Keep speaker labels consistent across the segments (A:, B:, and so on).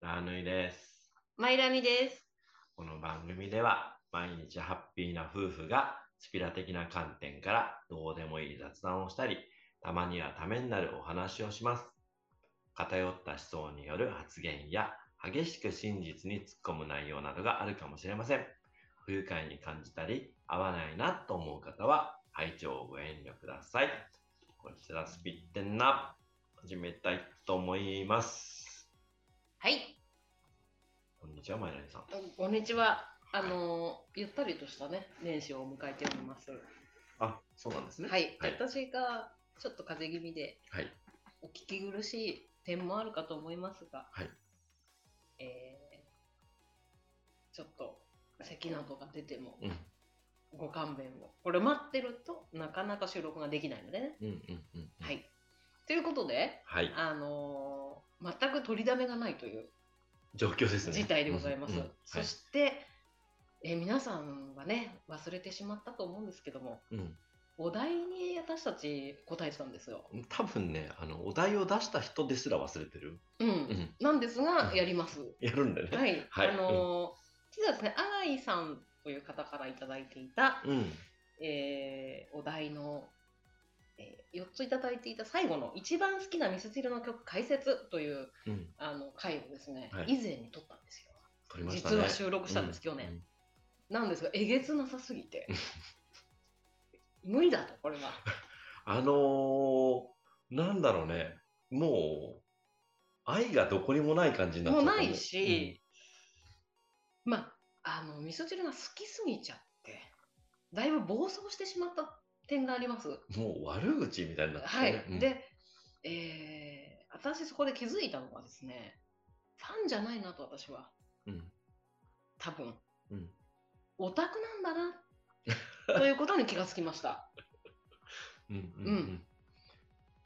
A: ラーヌイです。
B: マイラミです。
A: この番組では毎日ハッピーな夫婦がスピラ的な観点からどうでもいい雑談をしたり、たまにはためになるお話をします。偏った思想による発言や激しく真実に突っ込む内容などがあるかもしれません。不愉快に感じたり、合わないなと思う方は、拝聴をご遠慮ください。こちらスピッテンナ、始めたいと思います。
B: はい。
A: こんにちは、マイラニさん。
B: こんにちは。あのーゆったりとしたね、年始を迎えております。
A: あ、そうなんですね。
B: はい。
A: はい
B: 私がちょっと風邪気味で、
A: はい。
B: お聞き苦しい点もあるかと思いますが、
A: はい
B: えーちょっと咳などが出ても
A: うん。
B: ご勘弁を。これ待ってると、なかなか収録ができないのでね。
A: うんうんうん。
B: は。い。ということで、
A: はい。
B: あのー全く取りだめがないという
A: 状況ですね。
B: 事態でございま
A: う
B: す。
A: んうんは
B: そ
A: い。
B: して、えー皆さんはね忘れてしまったと思うんですけども
A: うん。
B: お題に私たち答えてたんですよ。
A: 多分ね、あの、お題を出した人ですら忘れてる。
B: うん
A: うん。
B: なんですが
A: うん
B: やります。
A: やるんだよね。
B: はい、
A: はい
B: あのー実はですね新井さんという方からいただいていた、
A: うん。
B: えーお題の、え4ついただいていた最後の「一番好きなミスチルの曲解説」という
A: うん。
B: あの回をですね、
A: はい
B: 以前に撮ったんですよ。
A: 取りましたね。
B: 実は収録したんです、去年。。なんですが、えげつなさすぎて。無理だと、これは。
A: あのー、なんだろうね。もう、愛がどこにもない感じになっち
B: も
A: ゃ
B: う
A: ったね。
B: ないし、まあ、あの、味噌汁が好きすぎちゃって、だいぶ暴走してしまった点があります。
A: うん、もう悪口みたいになってた
B: は
A: ね
B: い。
A: うん、
B: で、えー私そこで気づいたのがですね、ファンじゃないなと、私は。
A: うん。
B: 多分。
A: うん。
B: オタクなんだな。 ということに気がつきました。
A: うん。う
B: うんん。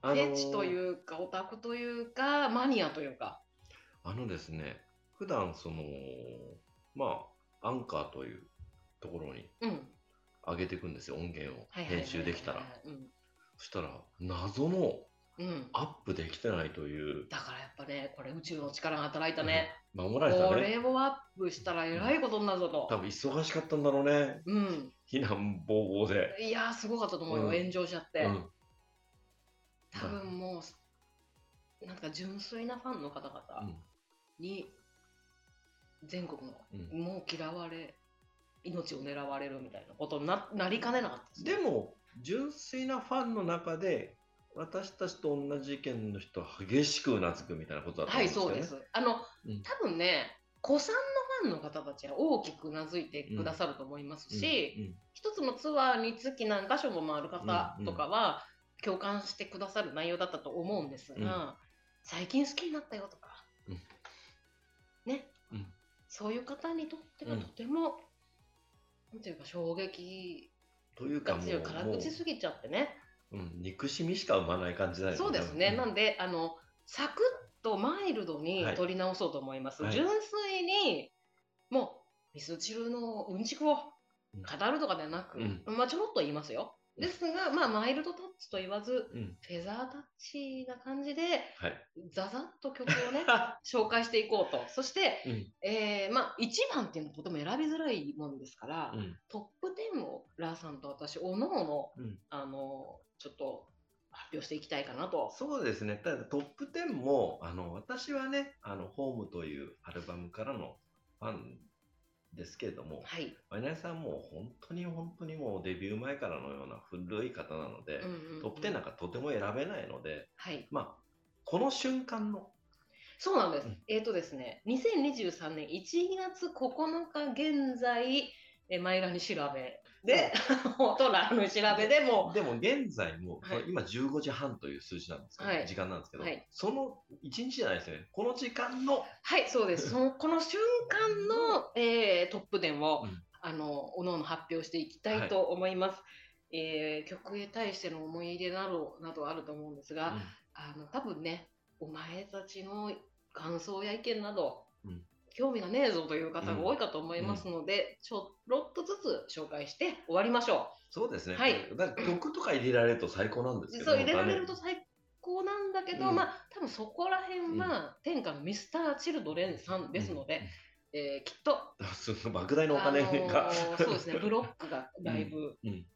A: あのー
B: フェチというか、オタクというか、マニアというか。
A: あのですね、普段その、まあ、アンカーというところに
B: うん。
A: 上げていくんですよ、音源を。
B: はいはいはいはい
A: 編集できたら。。
B: うん
A: そしたら、謎の
B: うん、
A: アップできてないという、
B: だからやっぱね、これ宇宙の力が働いたね。
A: 守られた
B: こ
A: ね。
B: れをアップしたらえらいことになるぞ
A: 多
B: と。
A: 分忙しかったんだろうね。
B: うん、
A: 避難防護で。
B: いやー、すごかったと思うよ、
A: うん
B: 炎上しちゃっ
A: う
B: て。
A: ん。
B: 多分もう、なんか純粋なファンの方
A: う
B: 々
A: ん。
B: に、全国の、
A: うん
B: もう嫌われ、命を狙われるみたいなことにななりかねなかったすね
A: でも、純粋なファンの中で、私たちと同じ意見の人は激しくうなずくみたいなことだと
B: は
A: 思うん
B: い、
A: ですよ
B: そう
A: ね。
B: です。あの、
A: うん
B: 多分ね、古参のファンの方たちは大きくうなずいてくださると思いますし、
A: うん
B: 一つのツアーにつき何箇所も回る方とかは共感してくださる内容だったと思うんですが、最近好きになったよとか、
A: うん
B: ね、
A: うん
B: そういう方にとって
A: う
B: は
A: ん
B: とても、なんていうか衝撃
A: というか
B: が
A: も、
B: 強いう辛
A: も
B: 口すぎちゃってね
A: ううん憎しみしか生まない感じだよね。
B: そうですね、
A: ん
B: なんであのサクッとマイルドに
A: はい
B: 取り直そうと思います、
A: はい
B: 純粋にもうミスチルのうんちくを
A: うん
B: 語るとかではなく、
A: うん
B: まあ、ちょろっと言いますよですが、まあ、マイルドタッチと言わず
A: うん。
B: フェザータッチな感じで
A: はい。
B: ザザッと曲 をね紹介していこうとそして、
A: うん
B: えーまあ、1番っていうのはとても選びづらいもんですから、
A: うん。
B: トップ10をラーさんと私おのおの、
A: うん
B: あのちょっと発表していきたいかなと。
A: そうですね、ただトップ10もあの私はね、あのホームというアルバムからのファンですけれども、
B: はい、
A: ワイナイさんもう本当に本当にもうデビュー前からのような古い方なので、
B: うんうんうん
A: トップ10なんかとても選べないので、
B: はい、
A: まあ、この瞬間の、
B: そうなんです。
A: うん
B: えっ、とですね、2023年1月9日現在、えーマイラニ調べで、 トラの調べでも、
A: でも現在も、
B: はい
A: これ今15時半という数字なんですけど、
B: はい
A: 時間なんですけど、
B: はい
A: その1日じゃないですよね、この時間の、
B: はい、そうです。そのこの瞬間の、えートップ10を、
A: うん
B: あのおのおの発表していきたいと思います。えー曲へ対しての思い入れなどなどあると思うんですが、あの多分ねお前たちの感想や意見など、
A: うん
B: 興味がねえぞという方が多いかと思いますので、ちょろっとずつ紹介して終わりましょ
A: そうですね、
B: はい
A: だから曲とか入れられると最高なんで
B: う。
A: すけ
B: 実
A: ど、
B: は入れられると
A: 本
B: 最子なんだけど、
A: うん
B: まあ多分そこら辺は天下のミスター・チルドレンさんですので、えーきっと
A: すごい莫大なお金が、
B: あのーそうですね、ブロックがだいぶ
A: うんうん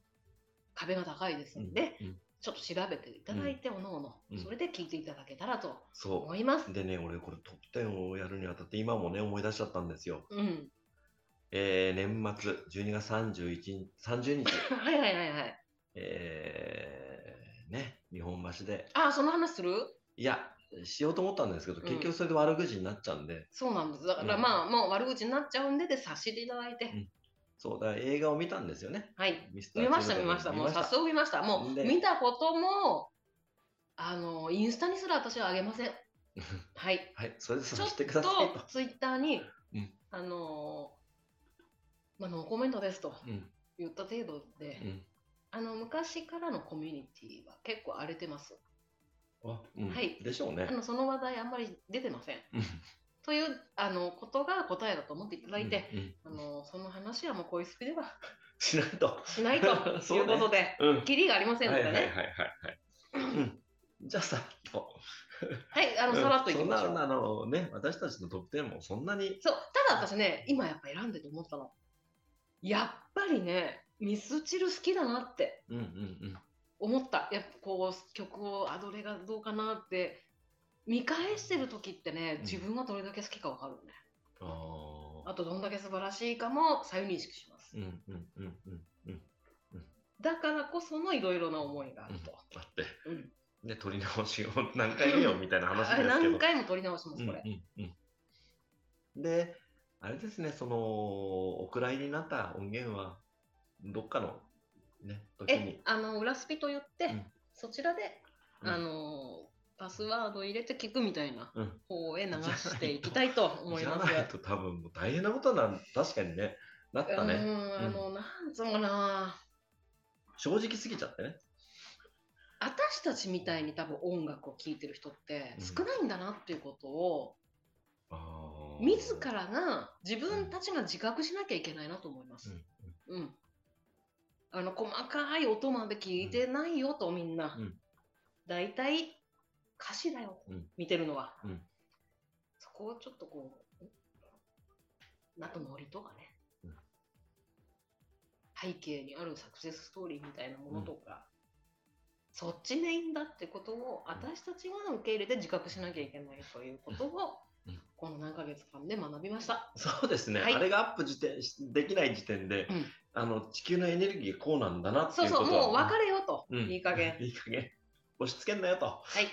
B: 壁が高いですので、
A: うん
B: ちょっと調べていただいて、おのおの
A: うん、
B: それで聞いていただけたらと
A: そ
B: 思います
A: う。。でね、俺これトップ10をやるにあたって今もね、思い出しちゃったんですよ。
B: うん。
A: えー、年末12月31日、30日、
B: はいはいはいはい。
A: えー、ね、日本橋で、
B: あ、その話する
A: いや、しようと思ったんですけど、
B: うん
A: 結局それで悪口になっちゃうんで、
B: そうなんです。だから
A: うん
B: まあ、もう悪口になっちゃうんで、で、差し入れいただいて。
A: んそうだ、映画を見たんですよね。
B: はい。
A: ミスター
B: 見ました
A: チル
B: 見
A: ドレン
B: ました。もう早速見ました。もう
A: で
B: 見たことも、あの、インスタにすら私はあげません。はい。
A: はい、それで
B: ちょ
A: さ
B: っ
A: せてく
B: と
A: ださいと。
B: ツイッターに、
A: うん
B: あのーまあ、ノーコメントですと
A: うん、
B: 言った程度で、
A: うん。
B: あの昔からのコミュニティは結構荒れてます。
A: あ、うん、
B: はい
A: でしょう
B: あ
A: ね。
B: のその話題あんまり出てません。
A: うん
B: というあのことが答えだと思っていただいて、
A: うんうん
B: あのその話はもう恋スピでは
A: しないと。
B: しない と
A: そう
B: い
A: ね
B: うことで、
A: うん。
B: キリがありませんの
A: はい
B: で
A: はいは
B: ね。
A: いはいはい。うんじゃあさっと。
B: はい、あのさらっといきましょう。
A: そんなあのね、私たちのトップ10もそんなに。
B: そう、ただ私ね、今やっぱ選んでて思ったの。やっぱりね、ミスチル好きだなって。
A: うんうん
B: 思ったやっぱこう曲をアドレがどうかなって見返してる時ってね
A: うん
B: 自分がどれだけ好きか分かるね、
A: うん。ああ。
B: あとどんだけ素晴らしいかも再認識します、
A: うんうんうんうんうん。
B: だからこそのいろいろな思いがあると、
A: だって。
B: うん
A: で、取り直しを何回見ようみたいな話
B: あ
A: で
B: れ
A: すけ
B: 何
A: ど。
B: 回も撮り直します
A: うん
B: こ
A: う
B: れ、
A: んうん。で、あれですね、その、お蔵入りになった音源は、どっかの、ね、時に
B: え。あの裏スピと言って、
A: うん
B: そちらで、
A: うん
B: あのパスワード入れて聞くみたいな
A: うん
B: 方へ流していきたいと思い
A: じゃ
B: ます
A: ないと多分もう大変なことなん確かにねなった
B: う
A: ね
B: んあのなんつうのかな
A: 正直すぎちゃってね
B: 私たちみたいに多分音楽を聴いてる人って
A: うん
B: 少ないんだなっていうことを、
A: あー
B: 自らが自分たちが自覚しなきゃいけないなと思います。うん、あの細かい音まで聞いてないよとみんな、
A: うん
B: だいたい歌詞だよ、
A: うん
B: 見てるのは、
A: うん
B: そこをちょっとこうあとノリとかね、
A: うん
B: 背景にあるサクセスストーリーみたいなものとか、そっちでいいんだってことを私たちが受け入れて自覚しなきゃいけないということを、
A: うん
B: この何ヶ月間で学びました。
A: そうですね、
B: はい
A: あれがアップ時点しできない時点で、
B: うん
A: あの地球のエネルギーこうなんだなって
B: そ
A: いううこと
B: そ
A: は
B: う、もう別れよと、
A: うん
B: いい加減。
A: いい加減押し付けんなよと
B: はい。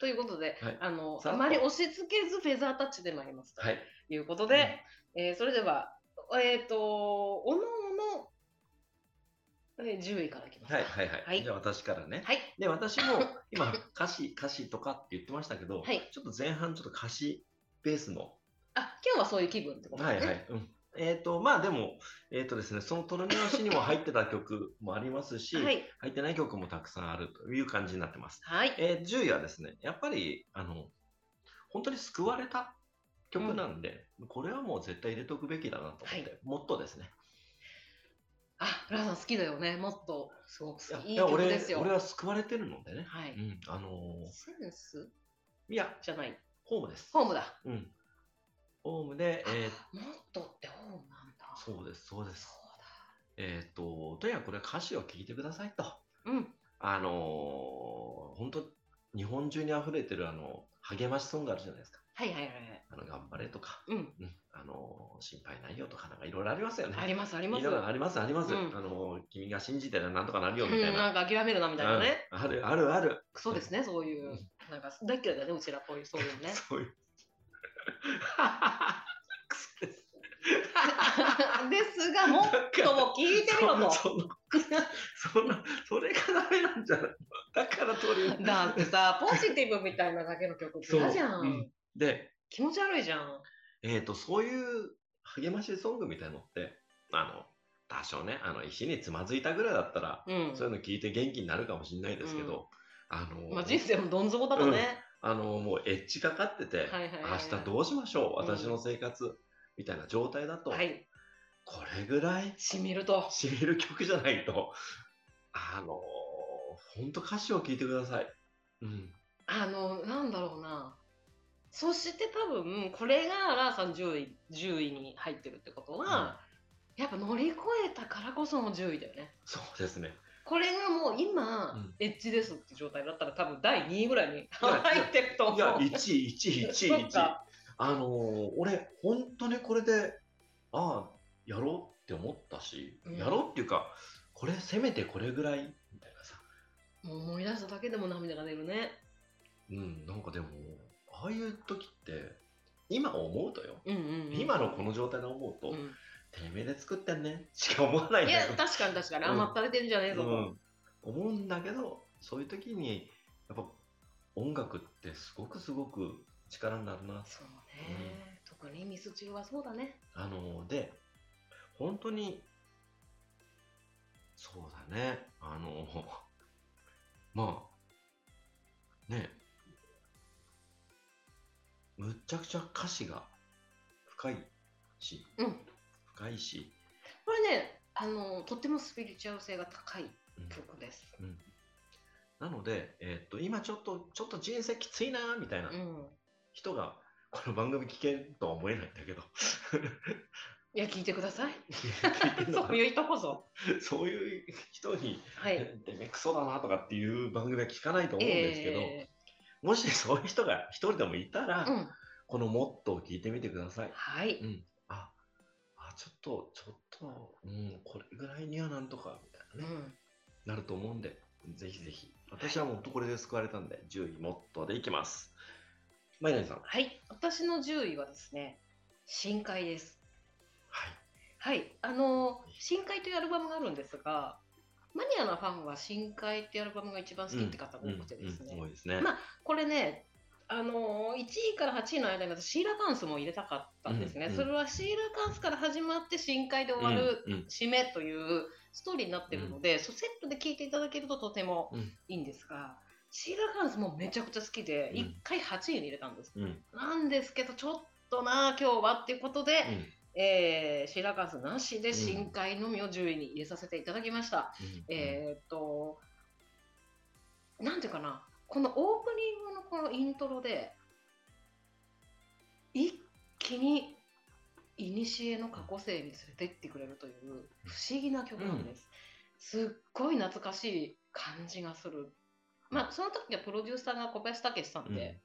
B: ということで、
A: はい
B: あの、
A: さ
B: あ
A: らっと
B: まり押し付けずフェザータッチで参ります。
A: はい
B: ということで、えーそれでは、えっ、と、おのおの、えー、10位からいきますか。
A: はいはいはい、
B: はい
A: じゃあ私からね、
B: はい。
A: で私も今歌詞歌詞とかって言ってましたけど、
B: はい
A: ちょっと前半ちょっと歌詞ベースの
B: あ、今日はそういう気分ってこと
A: は
B: で
A: い
B: すね。
A: はい。うん、えっ、と、まあでも、えっ、とですね、その取り直しにも入ってた曲もありますし、
B: はい。
A: 入ってない曲もたくさんあるという感じになってます。
B: はい。
A: えー10位はですね、やっぱり、あの、本当に救われた曲なんで、これはもう絶対入れとくべきだなと思って、
B: は
A: もっとですね。
B: あ、ラーさん好きだよね。もっと、すごく好き。いい
A: や
B: 曲
A: 俺
B: ですよ。
A: 俺は救われてるのでね。
B: は
A: う
B: い。
A: ん、あの
B: センス
A: ーいや、
B: じゃない。
A: ホームです。
B: ホームだ。
A: うん。ホームで、えー
B: もっとってホームなんだ。う
A: そうです、そうです。
B: だ。
A: えっ、と、とにかくこれは歌詞を聴いてくださいと。
B: うん。
A: あのー本当日本中に溢れてるあの励ましソングあるじゃないですか。
B: はいはいはいはい。
A: あの頑張れとか、
B: うん。
A: うんあのー心配ないよとかなんかいろいろありますよね。
B: ありますあります。
A: いろいろありますあります。
B: うん
A: あのー君が信じてりゃなんとかなるよみ
B: う
A: たい
B: ん、
A: な。
B: なんか諦めるなみたいなね。
A: うんあるあるある。。
B: クソですね、そういううんなんか、大嫌いだね、うちらこういう、そういうの ね。
A: そういう。クソです
B: ですが、もっとも聞いてみろと。
A: そのそんなそれがダメなんじゃないだから取り
B: だってさ、ポジティブみたいなだけの曲って嫌じゃ。
A: そうんうんで
B: 気持ち悪いじゃん。
A: えー、とそういう励ましソングみたいのってあの多少ねあの石につまずいたぐらいだったら、
B: うん。
A: そういうの聞いて元気になるかもしれないですけど、あの
B: まあ、人生もどん底だもんね。
A: あのもうエッジかかってて、
B: はいはいはい。
A: 明日どうしましょう
B: うん
A: 私の生活、みたいな状態だと、
B: はい。
A: これぐらい
B: しみると。
A: しみる曲じゃないとあの本当歌詞を聞いてください。うん、
B: あのなんだろうなそして多分これがラーさん10位 ,10 位に入ってるってことは、やっぱ乗り越えたからこその10位だよね
A: そうですね。
B: これがもう今、
A: うん
B: エッジですって状態だったら多分第2位ぐらいに入
A: や
B: ってると思
A: いや、
B: う。
A: 1位、1位、1位、
B: そっ
A: 1位
B: か。
A: あのー俺、本当にこれで、ああ、やろうって思ったし、
B: うん
A: やろうっていうか、これ、せめてこれぐらい、みたいなさ。
B: もう思い出しただけでも涙が出るね。
A: うん、なんかでも、ああいう時って、今思うとよ。
B: うんうん、うん。
A: 今のこの状態で思うと、
B: うん
A: てめえで作ってんねしか思わないん
B: い
A: だ
B: や
A: よ。
B: 確かに確かに
A: うん
B: 甘ったれてんじゃねえぞと、
A: うん、思うんだけどそういう時にやっぱ音楽ってすごくすごく力になるな
B: そうね、特にミス中はそうだね
A: あので本当にそうだねあのまあねむっちゃくちゃ歌詞が深いし
B: うん
A: 深いし、
B: これねあのとってもスピリチュアル性が高い
A: うん
B: 曲です
A: なので、えーっと今ちょっとちょっと人生きついなみたいな
B: うん
A: 人がこの番組聞けるとは思えないんだけど
B: いや聞いてください
A: 聞いてんのか
B: そういう人こそ
A: なそういう人に「
B: はい
A: えてめえクソだな」とかっていう番組は聞かないと思うんですけど、
B: え
A: もしそういう人が一人でもいたら、
B: ーうん
A: この「モットー」を聞いてみてください。
B: はい、
A: うん、ああちょっとちょっと、うん、これぐらいにはなんとかみたいうなね、
B: ん、
A: なると思うんでぜひぜひ私はもうこれで救われたんで10位モットーでいきます。マイナリさん、
B: はい私の10位はですね深海です
A: はい、
B: はいあの深海というアルバムがあるんですがマニアなファンは深海っていうアルバムが一番好きって方が多くてです
A: う
B: ね、
A: んうん多いですね。
B: まあこれね、あのー1位から8位の間に私シーラカンスも入れたかったんですね、
A: うんうん
B: それはシーラカンスから始まって深海で終わる
A: うんうん
B: 締めというストーリーになってるので、そうセットで聴いていただけるととても
A: うん
B: いいんですが、シーラカンスもめちゃくちゃ好きで
A: うん
B: 1回8位に入れたんです、
A: うん
B: なんですけどちょっとなあ今日はっていうことで、
A: うん
B: えーシーラカンスなしで深海のみを10位に入れさせていただきました、えーっと、なんていうかな、このオープニングのこのイントロで、一気に、いにしえの過去世に連れてってくれるという不思議な曲なんです。すっごい懐かしい感じがする。まあ、その時はプロデューサーが小林武史さんで、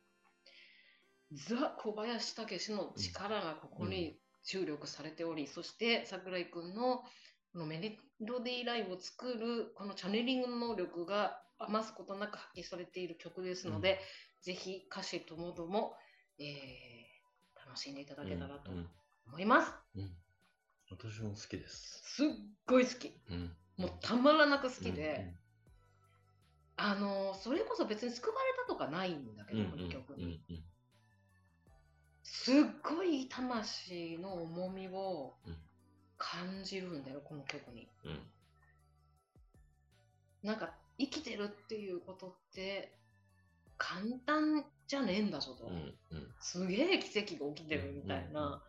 B: ザ・小林武史の力がここに注力されており、そして桜井君のこのメロディーラインを作るこのチャネリングの能力が余すことなく発揮されている曲ですので、ぜひ歌詞ともども、えー楽しんでいただけたらと
A: うんうん
B: 思います。
A: うん私も好きです。
B: すっごい好き。
A: うん
B: もうたまらなく好きで、
A: うん
B: あのーそれこそ別に救われたとかないんだけ
A: うんう
B: ど、
A: ん
B: この曲に。
A: うんうん
B: すっごい魂の重みを
A: うん
B: 感じるんだよ、この曲に。
A: うん
B: なんか生きてるっていうことって簡単じゃねえんだぞと、
A: うんうん
B: すげえ奇跡が起きてるみたい
A: うんうんうん
B: な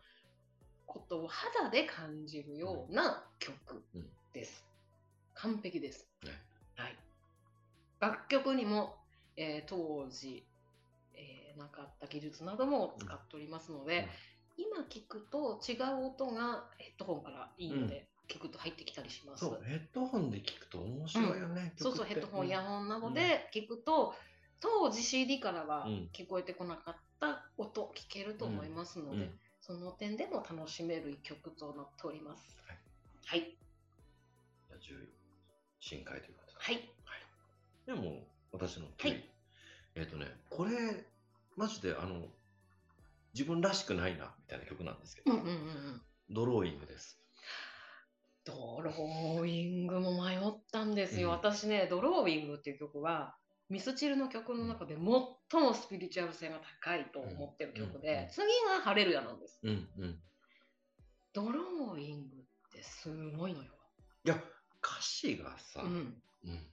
B: ことを肌で感じるような曲です。完璧です。
A: ね
B: はい、楽曲にも、えー当時、えーなかった技術なども使っておりますので、今聞くと違う音がヘッドホンからいいので、聞くと入ってきたりします。
A: そうヘッドホンで聞くと面白いよね。
B: そうそう、ヘッドホン、イヤホンなどで聞くと、当時 CD からは
A: うん
B: 聞こえてこなかった音、聞けると思いますので、
A: うんうん
B: その点でも楽しめる一曲となっております。
A: はい
B: はい。
A: や10位深海ということで。
B: はい。
A: でも私の9位
B: はい
A: えっとねこれマジであの自分らしくないなみたいな曲なんですけ
B: うん
A: ど
B: うんうんうん。
A: ドローイングです。
B: ドローイングも迷ったんですよ。
A: うん
B: 私ね、ドローイングっていう曲は、ミスチルの曲の中で最もスピリチュアル性が高いと思ってる
A: う
B: 曲で、
A: んうんうん
B: 次がハレルヤなんです。
A: うんうん。
B: ドローイングってすごいのよ。
A: いや歌詞がさ、
B: うん。
A: うん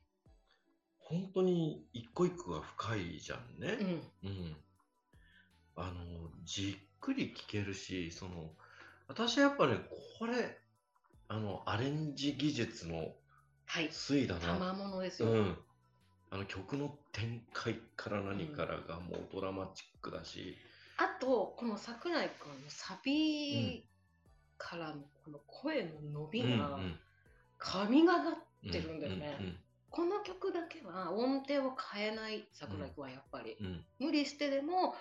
A: 本当に一個一個が深いじゃんね。
B: うん。
A: うん、あのじっくり聴けるしその私はやっぱねこれあのアレンジ技術の
B: はい。
A: 推だ
B: た
A: な、
B: まものです
A: う
B: よ。
A: ん、あの曲の展開から何からがもうドラマチックだし、
B: あとこの桜井君のサビからのこの声の伸びが神がかってるんだよね、この曲だけは音程を変えない桜井君はやっぱり、
A: うんうん
B: 無理してでも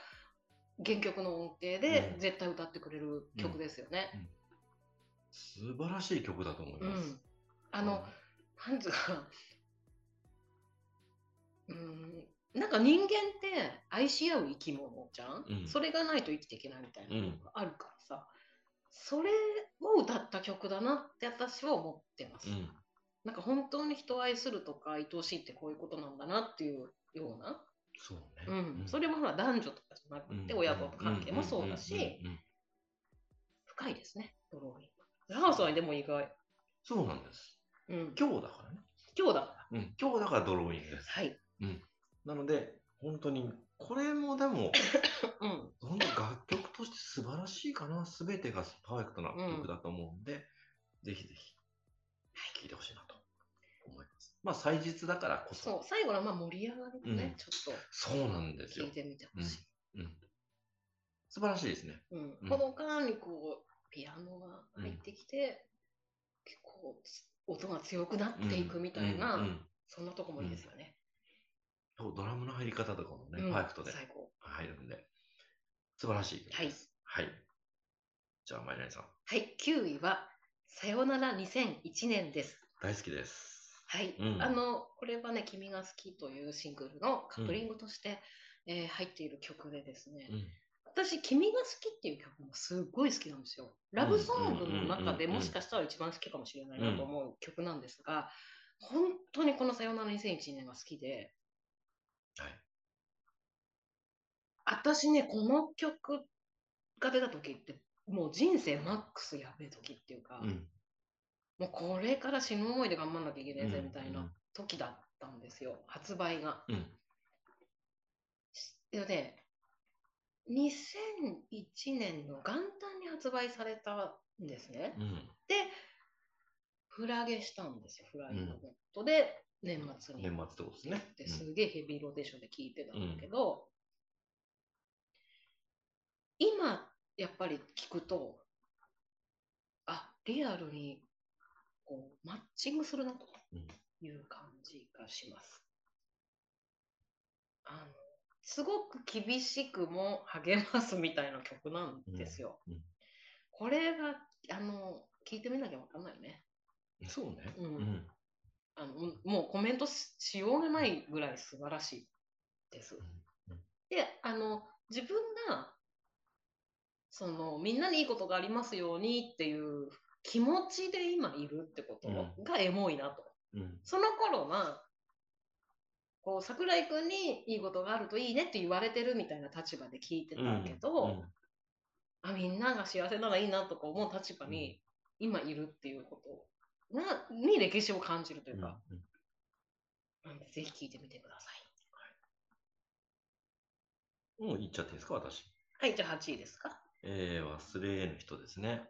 B: 原曲の音程で
A: うん
B: 絶対歌ってくれる曲ですよね。
A: 素晴らしい曲だと思い
B: うん
A: ます。
B: あの、なんつうかうんなんか人間って愛し合う生き物じゃん、
A: うん
B: それがないと生きていけないみたいな
A: うん
B: のがあるからさ、それを歌った曲だなって私は思ってます。
A: うん
B: なんか本当に人を愛するとか愛おしいってこういうことなんだなっていうような、
A: そうね。
B: うんそれもほら男女とかじゃなくて親子関係もそうだし、
A: うんうんうんうんうん
B: 深いですねドローインラハさんでも意外、
A: そうなんです。
B: うん、
A: 今日だからね。
B: 今日だ
A: うん、今日だからドローインです。
B: はい、
A: なので、本当に、これもでも、
B: うん、
A: 本当楽曲として素晴らしいかな。すべてがパーフェクトな曲だと思うんで、ぜひぜひ、聴いてほしいなと思います。まあ、祭日だからこ
B: そ
A: そ。
B: う最後のまあ盛り上がりもね、
A: うん
B: ちょっ
A: そうなんです
B: と
A: よ
B: 聞い。てみてほしい、
A: うん。素晴らしいですね。
B: うん
A: うん
B: ほのかにこうピアノが入ってきて、結構音が強くなっていくみたいな、
A: うんうんうん
B: そんなとこもいいですよね、
A: そうドラムの入り方とかもね、
B: うん
A: パーフェクトで
B: 最高
A: 入るんで、素晴らしい曲です。はい。じゃあ、マイナイさん、
B: はい9位は「さよなら2001年」です
A: 大好きです。
B: はい、
A: うん
B: あのこれはね「君が好き」というシングルのカップリングとして、えー入っている曲でですね、
A: うん
B: 私「君が好き」っていう曲もすごい好きなんですよ。ラブソングの中で
A: うんうんうんうん
B: もしかしたら一番好きかもしれないなと思う曲なんですが、本当にこの「さよなら2001年」が好きで
A: はい。
B: 私ねこの曲が出た時ってもう人生マックスやべえ時っていうか、
A: うん
B: もうこれから死ぬ思いで頑張んなきゃいけないぜみたい
A: うんうん
B: な時だったんですよ発売が。
A: うん
B: でね2001年の元旦に発売されたんですね。
A: うん
B: フラゲしたんですよ、フライングネットで、年末に。
A: 年末ってことですね。
B: で、すげえヘビーローテーションで聞いてたんだけど、今、やっぱり聞くと、あ、リアルにこうマッチングするなと
A: うん
B: いう感じがします。あのすごく厳しくも励ますみたいな曲なんですよ。
A: うんうん
B: これが、あの、聞いてみなきゃわかんないね。
A: うんそうね。
B: うんあのうんもうコメントししようがないぐらい素晴らしいです
A: うんうん。
B: であの自分がそのみんなにいいことがありますようにっていう気持ちで今いるってこと
A: う
B: がエモいなと。
A: うん
B: その頃はこう桜井君にいいことがあるといいねって言われてるみたいな立場で聞いてたけど、
A: うん
B: あみんなが幸せならいいなとか思う立場に今いるっていうことがに歴史を感じるといううんか、なんでぜひ聞いてみてくださ
A: うんもう言っちゃっていいですか、私。
B: い。はい、じゃあ8位ですか。
A: えー、忘れ得ぬ人ですね。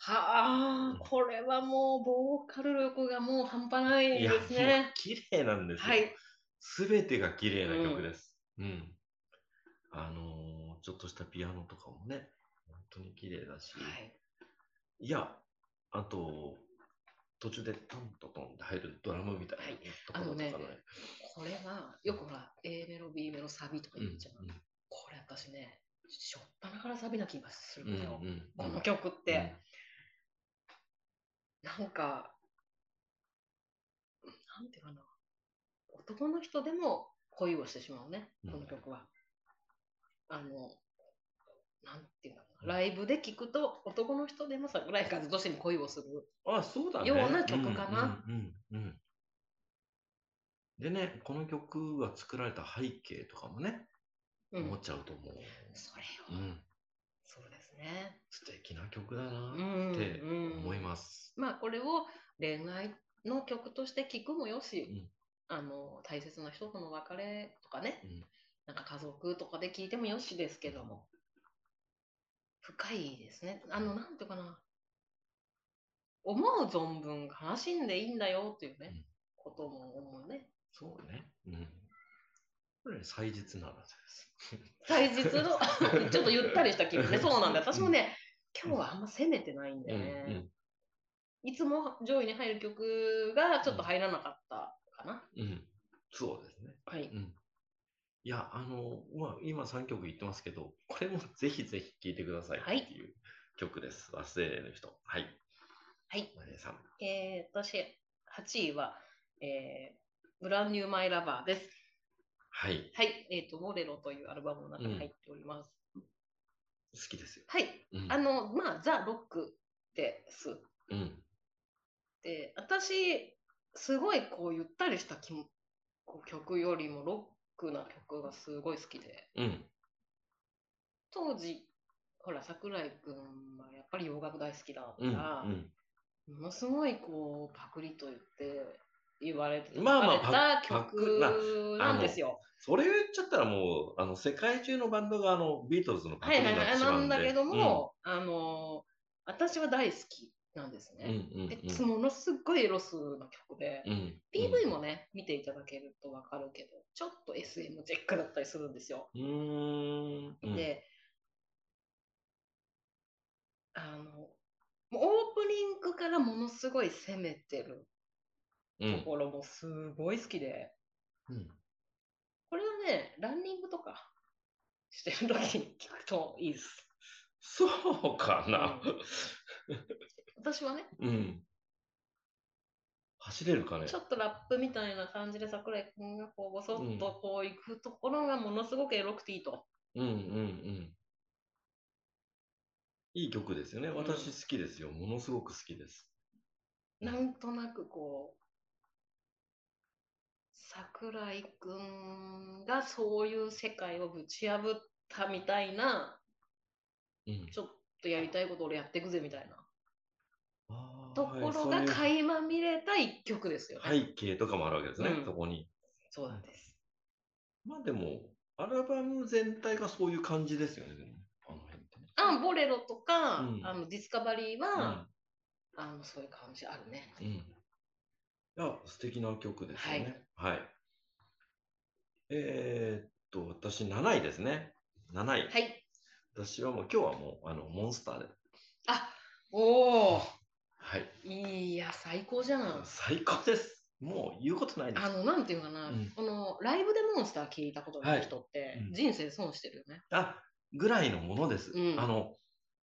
B: はあ
A: うん、
B: これはもうボーカル力がもう半端ない
A: いや、
B: ですね。
A: 綺麗なんですよ。
B: はい。
A: すべてが綺麗な曲です。うん。あのーちょっとしたピアノとかもね、本当に綺麗だし、
B: はい。
A: い、や、あと、途中でトントトンって入るドラムみたいなところとかね。
B: あのねこれがよくほら A メロ B メロサビとか
A: うん
B: 言っちゃう。これ私ね、しょっぱなからサビな気がする
A: うん
B: んだよ。
A: うん
B: この曲って。
A: うん
B: なんか、なんていうかな、男の人でも恋をしてしまうね、
A: うん
B: この曲は。あの、なんていうのかな、ライブで聴くと、男の人でも桜井和俊に恋をする。
A: あ、そうだね。
B: ような曲かな。
A: うんうんうんうんでね、この曲が作られた背景とかもね、
B: うん、
A: 思っちゃうと思う。
B: それ
A: う
B: よ、
A: ん、
B: そうですね。
A: 素敵な曲だな
B: うん
A: って
B: うん
A: 思います。
B: まあ、これを恋愛の曲として聴くもよし、
A: うん
B: あの大切な人との別れとかね、
A: うん
B: なんか家族とかで聴いてもよしですけども、深いですね。あの、なんていうかな。思う存分悲しんでいいんだよっていうね、
A: うん
B: ことも思うね。
A: そうね。うん。これ、祭日なのです。
B: 祭日 のちょっとゆったりした気分ねそうなんだよ私もね
A: うん
B: 今日はあんま攻めてないんだよね、
A: うんうん
B: いつも上位に入る曲がちょっと入らなかったかな、
A: うん、そうですね。
B: はい
A: うん。いや、あの、まあ、今3曲言ってますけど、これもぜひぜひ聴いてください
B: はい
A: っていう曲です。忘れの人。はい。
B: はい。
A: マリエさん。
B: えー、私8位は、えー、ブランニューマイラバーです
A: はい。
B: はい、えっ、と、モレロというアルバムの中に入っております。
A: 好きですよ。
B: はい、
A: うん。
B: あの、まあ、ザ・ロックです。
A: うん。
B: で、私、すごいこう、ゆったりした気もこう曲よりもロックな曲がすごい好きで、
A: うん。
B: 当時、ほら、桜井くんはやっぱり洋楽大好きだか
A: うん。
B: ら、ものすごいこう、パクリと言って、言われて、
A: まあまあ
B: 書かれた
A: パクパクな
B: 曲なんですよ。
A: それ言っちゃったらもう、あの、世界中のバンドがあの、ビートルズのパクリ
B: はい
A: に
B: は
A: ないっ
B: は
A: て
B: い。
A: しま
B: な
A: うんんで。
B: だけども、あの、私は大好きなんです
A: う
B: ね。
A: ん、うん。
B: で
A: うん
B: ものすごいロスな曲で、
A: うん。
B: PV もね、見ていただけるとわかるけど、ちょっと SM チェックだったりするんですよ。
A: うーん。うん。
B: で、あの、もうオープニングからものすごい攻めてる
A: うん、
B: ところもすごい好きで、
A: うん。
B: これはね、ランニングとかしてる時に聞くといいです。
A: そうかな。
B: 私はね、
A: うん。走れるかね。
B: ちょっとラップみたいな感じで桜井君がこう、ぼそっとこう行くところがものすごくエロくていいと。
A: うんうんうん。いい曲ですよね。
B: うん
A: 私好きですよ。ものすごく好きです。
B: なんとなくこう、桜井くんがそういう世界をぶち破ったみたいな、
A: うん。
B: ちょっとやりたいこと俺やってくぜみたいな
A: あー
B: ところ
A: は
B: が
A: いそういう
B: 垣間見れた一曲ですよね。
A: 背景とかもあるわけですね、
B: うん
A: そこに。
B: そうなんです。
A: まあでも、アルバム全体がそういう感じですよね。でもあの辺ってね
B: あ、ボレロとか、
A: うん
B: あのディスカバリーは、あのそういう感じあるね。
A: うん。うん。いや、素敵な曲ですよね。はい。えーっと、私7位ですね。7位。
B: はい。
A: 私はもう今日はもう、あの、モンスターで。
B: あ、おお、
A: はい。
B: いや最高じゃん。
A: 最高です。もう言うことないです
B: あ。の、なんていうかな、
A: うん
B: このライブでモンスター聞いたことない人って、
A: うん
B: 人生損してるよね。
A: あ、ぐらいのものです。
B: うん
A: あの、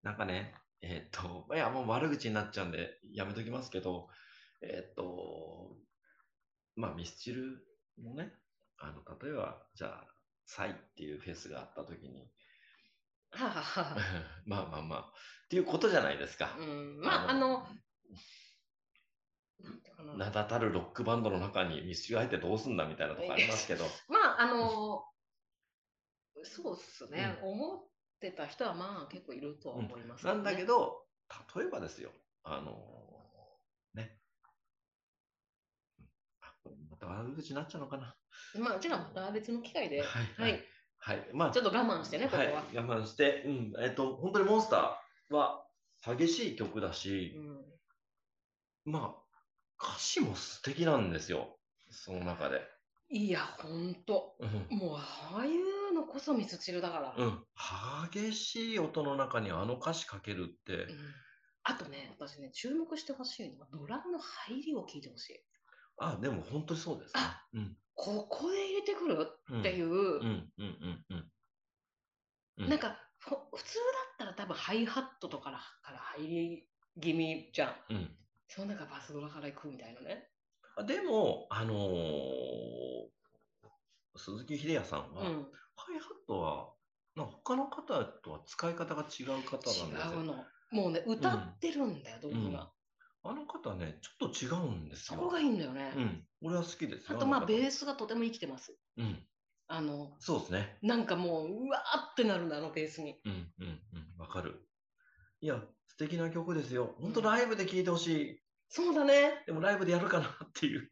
A: なんかね、えーっと、いや、もう悪口になっちゃうんで、やめときますけど、えーっと、まあ、ミスチルのね、あの、例えば、じゃあ、サイっていうフェスがあったときに、
B: はあはあはあ。
A: まあまあまあ、っていうことじゃないですか
B: う。ん、まあ、あの、なんていうかな
A: 名だたるロックバンドの中にミスチル入ってどうすんだみたいなとこありますけど、
B: まあ、あの、そうっすね、思ってた人はまあ結構いるとは思います、ね
A: なんだけど、例えばですよ、あのね。あこれまた悪口になっちゃうのかな。
B: まあ、うちらはまた別の機会で、
A: はい
B: はい、
A: はい。まあ、
B: ちょっ
A: っ
B: と我慢してね、ここは。
A: い、我慢して、うん、えっと、本当にモンスターは激しい曲だし
B: う、ん、
A: まあ、歌詞も素敵なんですよ、その中で。
B: いや、ほんと、
A: うん。
B: もう、ああいうのこそミスチルだから。
A: うん、激しい音の中にあの歌詞かけるって
B: う、んあとね、私ね、注目してほしいのは、ドラムの入りを聞いてほしい。
A: あ、でも本当にそうですね。
B: あ
A: うん
B: ここで入れてくる
A: うん。。
B: っていうう、
A: うん、うん、うん、うん。うん
B: なんかほ普通だったら多分ハイハットとかからから入り気味じゃん。
A: うん
B: その中バスドラから行くみたいなね。
A: あでも、あのー鈴木秀也さん
B: う
A: は、ハ
B: ん、
A: イハットは、なんか他の方とは使い方が違う方なんですよ。
B: 違うの。もうね、歌ってるんだよ、ドラムが。
A: あの方ね、ちょっと違うんです
B: そ
A: よ。
B: こがいいんだよね。
A: うん。俺は好きです
B: あ
A: よ。
B: と、まあ、
A: の
B: ベ
A: 方
B: ースがとても生きてます。
A: うん。
B: あの、
A: そうですね。
B: なんかもう、うわーってなるんだ、あのベースに。
A: うん、うん、うん。わかる。いや、素敵な曲ですよ。本当
B: うん
A: ライブで聴いてほしい。
B: そうだね。
A: でもライブでやるかなっていう。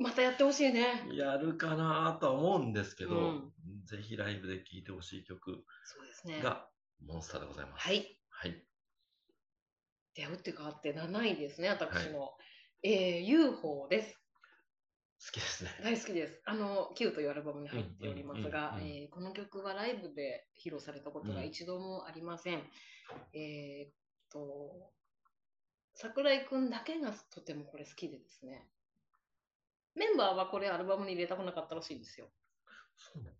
B: またやってほしいね。
A: やるかなとは思うんですけど、
B: うん
A: ぜひライブで聴いてほしい曲
B: そうですね。
A: が、モンスターでございます。
B: はい。
A: はい
B: で、打って変わって7位ですね、私の。えー UFO です。
A: きですね。
B: 大好きです。あの、キューというアルバムに入っておりますが、
A: うんうんうんうん
B: えーこの曲はライブで披露されたことが一度もありません。えーっと、桜井くんだけがとてもこれ好きでですね。メンバーはこれアルバムに入れたくなかったらしいんですよ。
A: そうなんだね。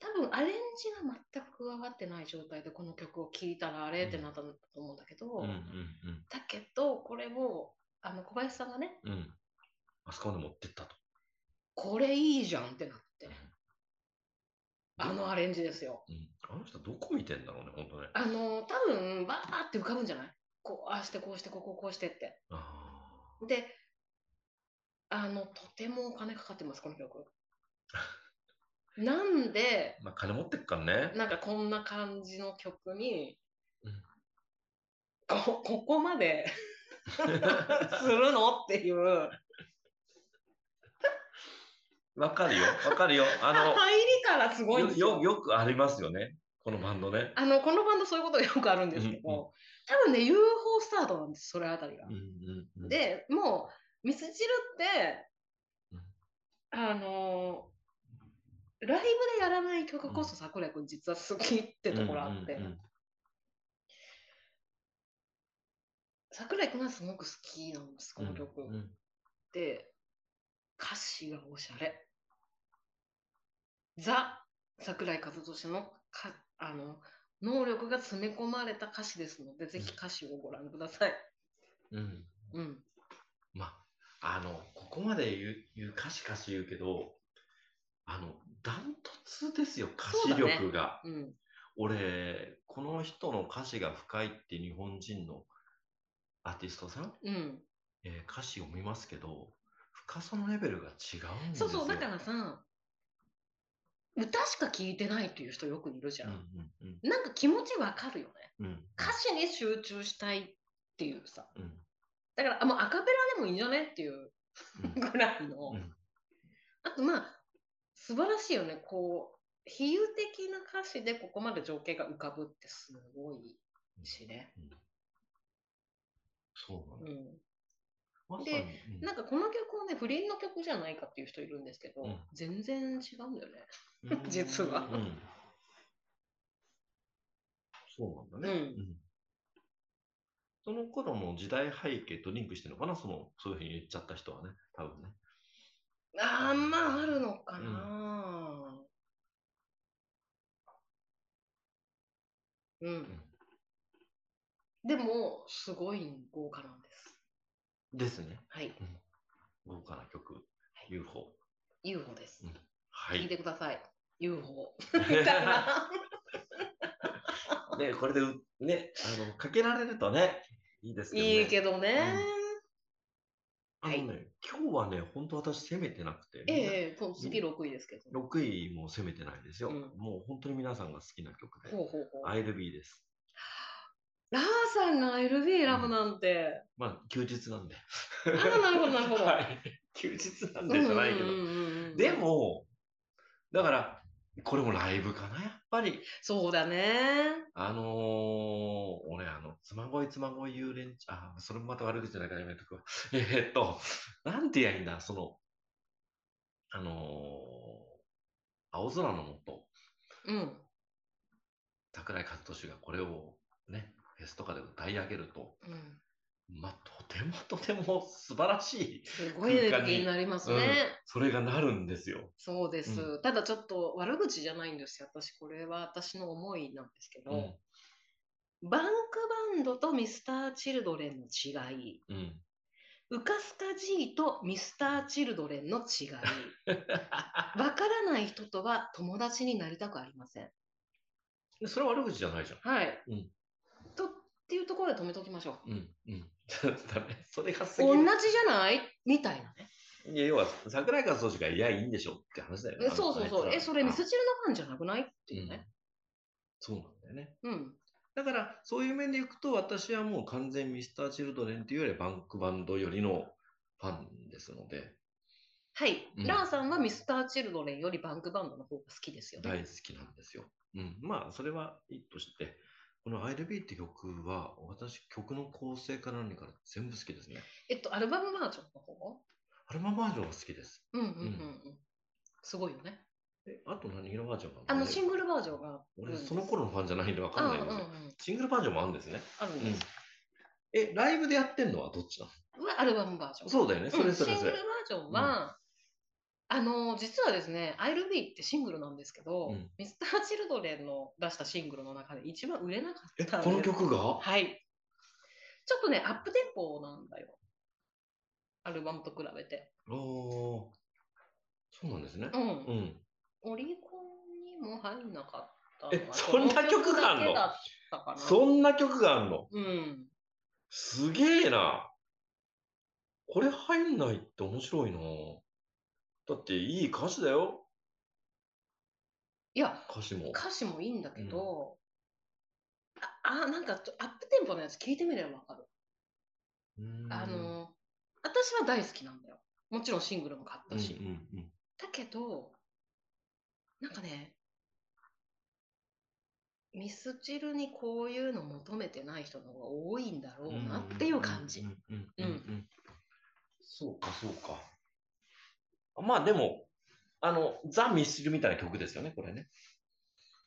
B: 多分アレンジが全く加わってない状態でこの曲を聴いたらあれってなったと思うんだけど、
A: うん
B: だけどこれをあの小林さんがね
A: うんうん。うん。あそこまで持ってったと。
B: これいいじゃんってなって
A: うん
B: あのアレンジですよ
A: うん、あの人どこ見てんだろうね、本当ね。
B: あの多分バーって浮かぶんじゃないこうああしてこうしてこここうしてって
A: あ
B: であのとてもお金かかってますこの 曲なんで
A: ーまあ、金持ってっからね。
B: なんかこんな感じの曲に、
A: うん
B: こここまで するのっていう
A: わかるよ、わかるよ。あ
B: 入
A: の
B: りから すごいん
A: よ
B: です
A: よ
B: よ。
A: よくありますよね、このバンドね。
B: あのこのバンドそういうことがよくあるんですけど、
A: うんうん
B: 多分ね UFO スタートなんですそれあたりが
A: うん。うんうん、
B: でもうミスチル
A: うん
B: ってあのーライブでやらない曲こそ桜井君実は好きってところあって、
A: うんうんうん
B: 桜井君はすごく好きなんですこの曲、
A: うんうん
B: で歌詞がおしゃれザ桜井和俊のかあの能力が詰め込まれた歌詞ですので、ぜひ歌詞をご覧ください。
A: うん
B: うん、
A: まあ、あの、ここまで言う、言う、歌詞歌詞言うけど、あの、ダントツですよ、歌詞力が。
B: うん、
A: 俺、この人の歌詞が深いって日本人のアーティストさん、
B: うん。
A: えー歌詞を見ますけど、深さのレベルが違うんです
B: そ
A: よ。
B: うそう、だからさ、歌しか聴いてないっていう人よくいるじゃ。
A: うんんうん
B: なんか気持ちわかるよね。
A: うんうん
B: 歌詞に集中したいっていうさ。
A: うん
B: だから、あもうアカペラでもいいんじゃねっていう
A: うん
B: ぐらいの。
A: うん
B: あと、まあ、素晴らしいよね。こう、比喩的な歌詞でここまで情景が浮かぶってすごいしね。
A: そうなん
B: う
A: だ。
B: ん。
A: まさに
B: で
A: うん
B: なんかこの曲をね、不倫の曲じゃないかっていう人いるんですけど、
A: うん
B: 全然違うんだよね。
A: うん
B: 実は
A: うんそうなんだね。
B: うん
A: その頃の時代背景とリンクしてるのかな、そのそういうふうに言っちゃった人はね、多分ね。
B: あーまああるのかな、うんでもすごい豪華なんです
A: ですね。
B: はい
A: 豪華な曲、UFO。
B: UFO です、
A: うんは
B: 聞い
A: い。
B: てください UFO みたい
A: ね、
B: な
A: これでう、ね、あの、かけられるとね、いいですけど、ね。
B: いいけどね、
A: あのね、今日はね、本当私攻めてなくて、
B: ええそう次6位ですけど、
A: 6位も攻めてないですよ。
B: うん
A: もう本当に皆さんが好きな曲で、
B: ほうほうほう、
A: ILB です。
B: ラーさんが LB 選ぶなんて、
A: まあ、休日なんで。
B: ああなるほどなるほど、
A: はい休日なんでじゃないけど。
B: うんうんうんうん
A: でも、だから、これもライブかな、やっぱり。
B: そうだね
A: あのー、俺、あの、妻恋妻恋幽連中、あ、それもまた悪口じゃないからやめとくわ。えーっと、なんて言えばいいんだ、その、あのー、青空の下、
B: うん
A: 桜井和俊がこれをね、フェスとかで歌い上げると、
B: うん
A: まあ、とてもとても素晴らしい、
B: すごいエネルギーになりますね、
A: うんそれがなるんですよ。
B: そうです、
A: う
B: ただちょっと悪口じゃないんですよ。私、これは私の思いなんですけど、
A: うん、
B: バンクバンドとミスター・チルドレンの違い、
A: うん。
B: ウカスカ G とミスター・チルドレンの違 い、わからない人とは友達になりたくありません。
A: それは悪口じゃないじゃん。
B: はい。
A: うん
B: とっていうところで止めておきましょう。
A: うんうん。 だね。それがすぎ
B: 同じ
A: る
B: じ。ゃないみたいなね。
A: いや、要は、桜井和寿がいや、いいんでしょって話だよね。
B: そうそうそう。え、それミス
A: っ
B: チルのファンじゃなくないっていうね。
A: そうなんだよね。
B: うん。
A: だから、そういう面でいくと、私はもう完全ミスターチルドレンっていうよりはバンクバンドよりのファンですので、
B: はい、
A: うん
B: ラーさんはミスター・チルドレンよりバンクバンドの方が好きですよね。
A: 大好きなんですよ。うん。まあ、それはいいとして、この ILB って曲は、私、曲の構成から何から全部好きですね。
B: えっと、アルバムバージョンの方
A: 春間バージョンが好きです。
B: うんうんうんうん。すごいよね。
A: えあと何色バージョンか
B: あ
A: な
B: のシングルバージョンがあるん
A: 俺、
B: です。
A: その頃のファンじゃないんでわ
B: う
A: か
B: ん
A: ん
B: うん
A: な
B: う
A: いんですよ。
B: ん。
A: シングルバージョンもあるんですね。
B: あるんです。
A: え、ライブでやってんのはどっちな
B: はアルバムバージョ
A: の
B: ン。
A: そうだよね。それ
B: うんシ
A: そ
B: ング
A: れ
B: ル
A: そ
B: バ
A: れ
B: ー。ジョンは、あの実はですね「I'll Be」ってシングルなんですけど、
A: うん
B: ミスター・チルドレンの出したシングルの中で一番売れなか
A: え、
B: ったんです
A: この曲が
B: はいちょっとねアップテンポなんだよアルバムと比べて
A: おーそうなんですね
B: う。ん、
A: うん。
B: オリコンにも入んなかったのは
A: え
B: この
A: そんな曲があんの
B: だけだったかな
A: そんな曲があるの
B: うん
A: すげえな。これ入んないって面白いな。だっていい歌詞だよ。
B: いや
A: 歌詞も。
B: 歌詞もいいんだけど、ああなんかちょアップテンポのやつ聞いてみればわかる
A: うーん
B: あ、の私は大好きなんだよもちろんシングルも買ったし、
A: うんうんうん
B: だけどなんかねミスチルにこういうの求めてない人の方が多いんだろうなっていう感じ、
A: んうんうんうんうんそうか、そうか。あまあでも、あの、ザ・ミスチルみたいな曲ですよね、これね。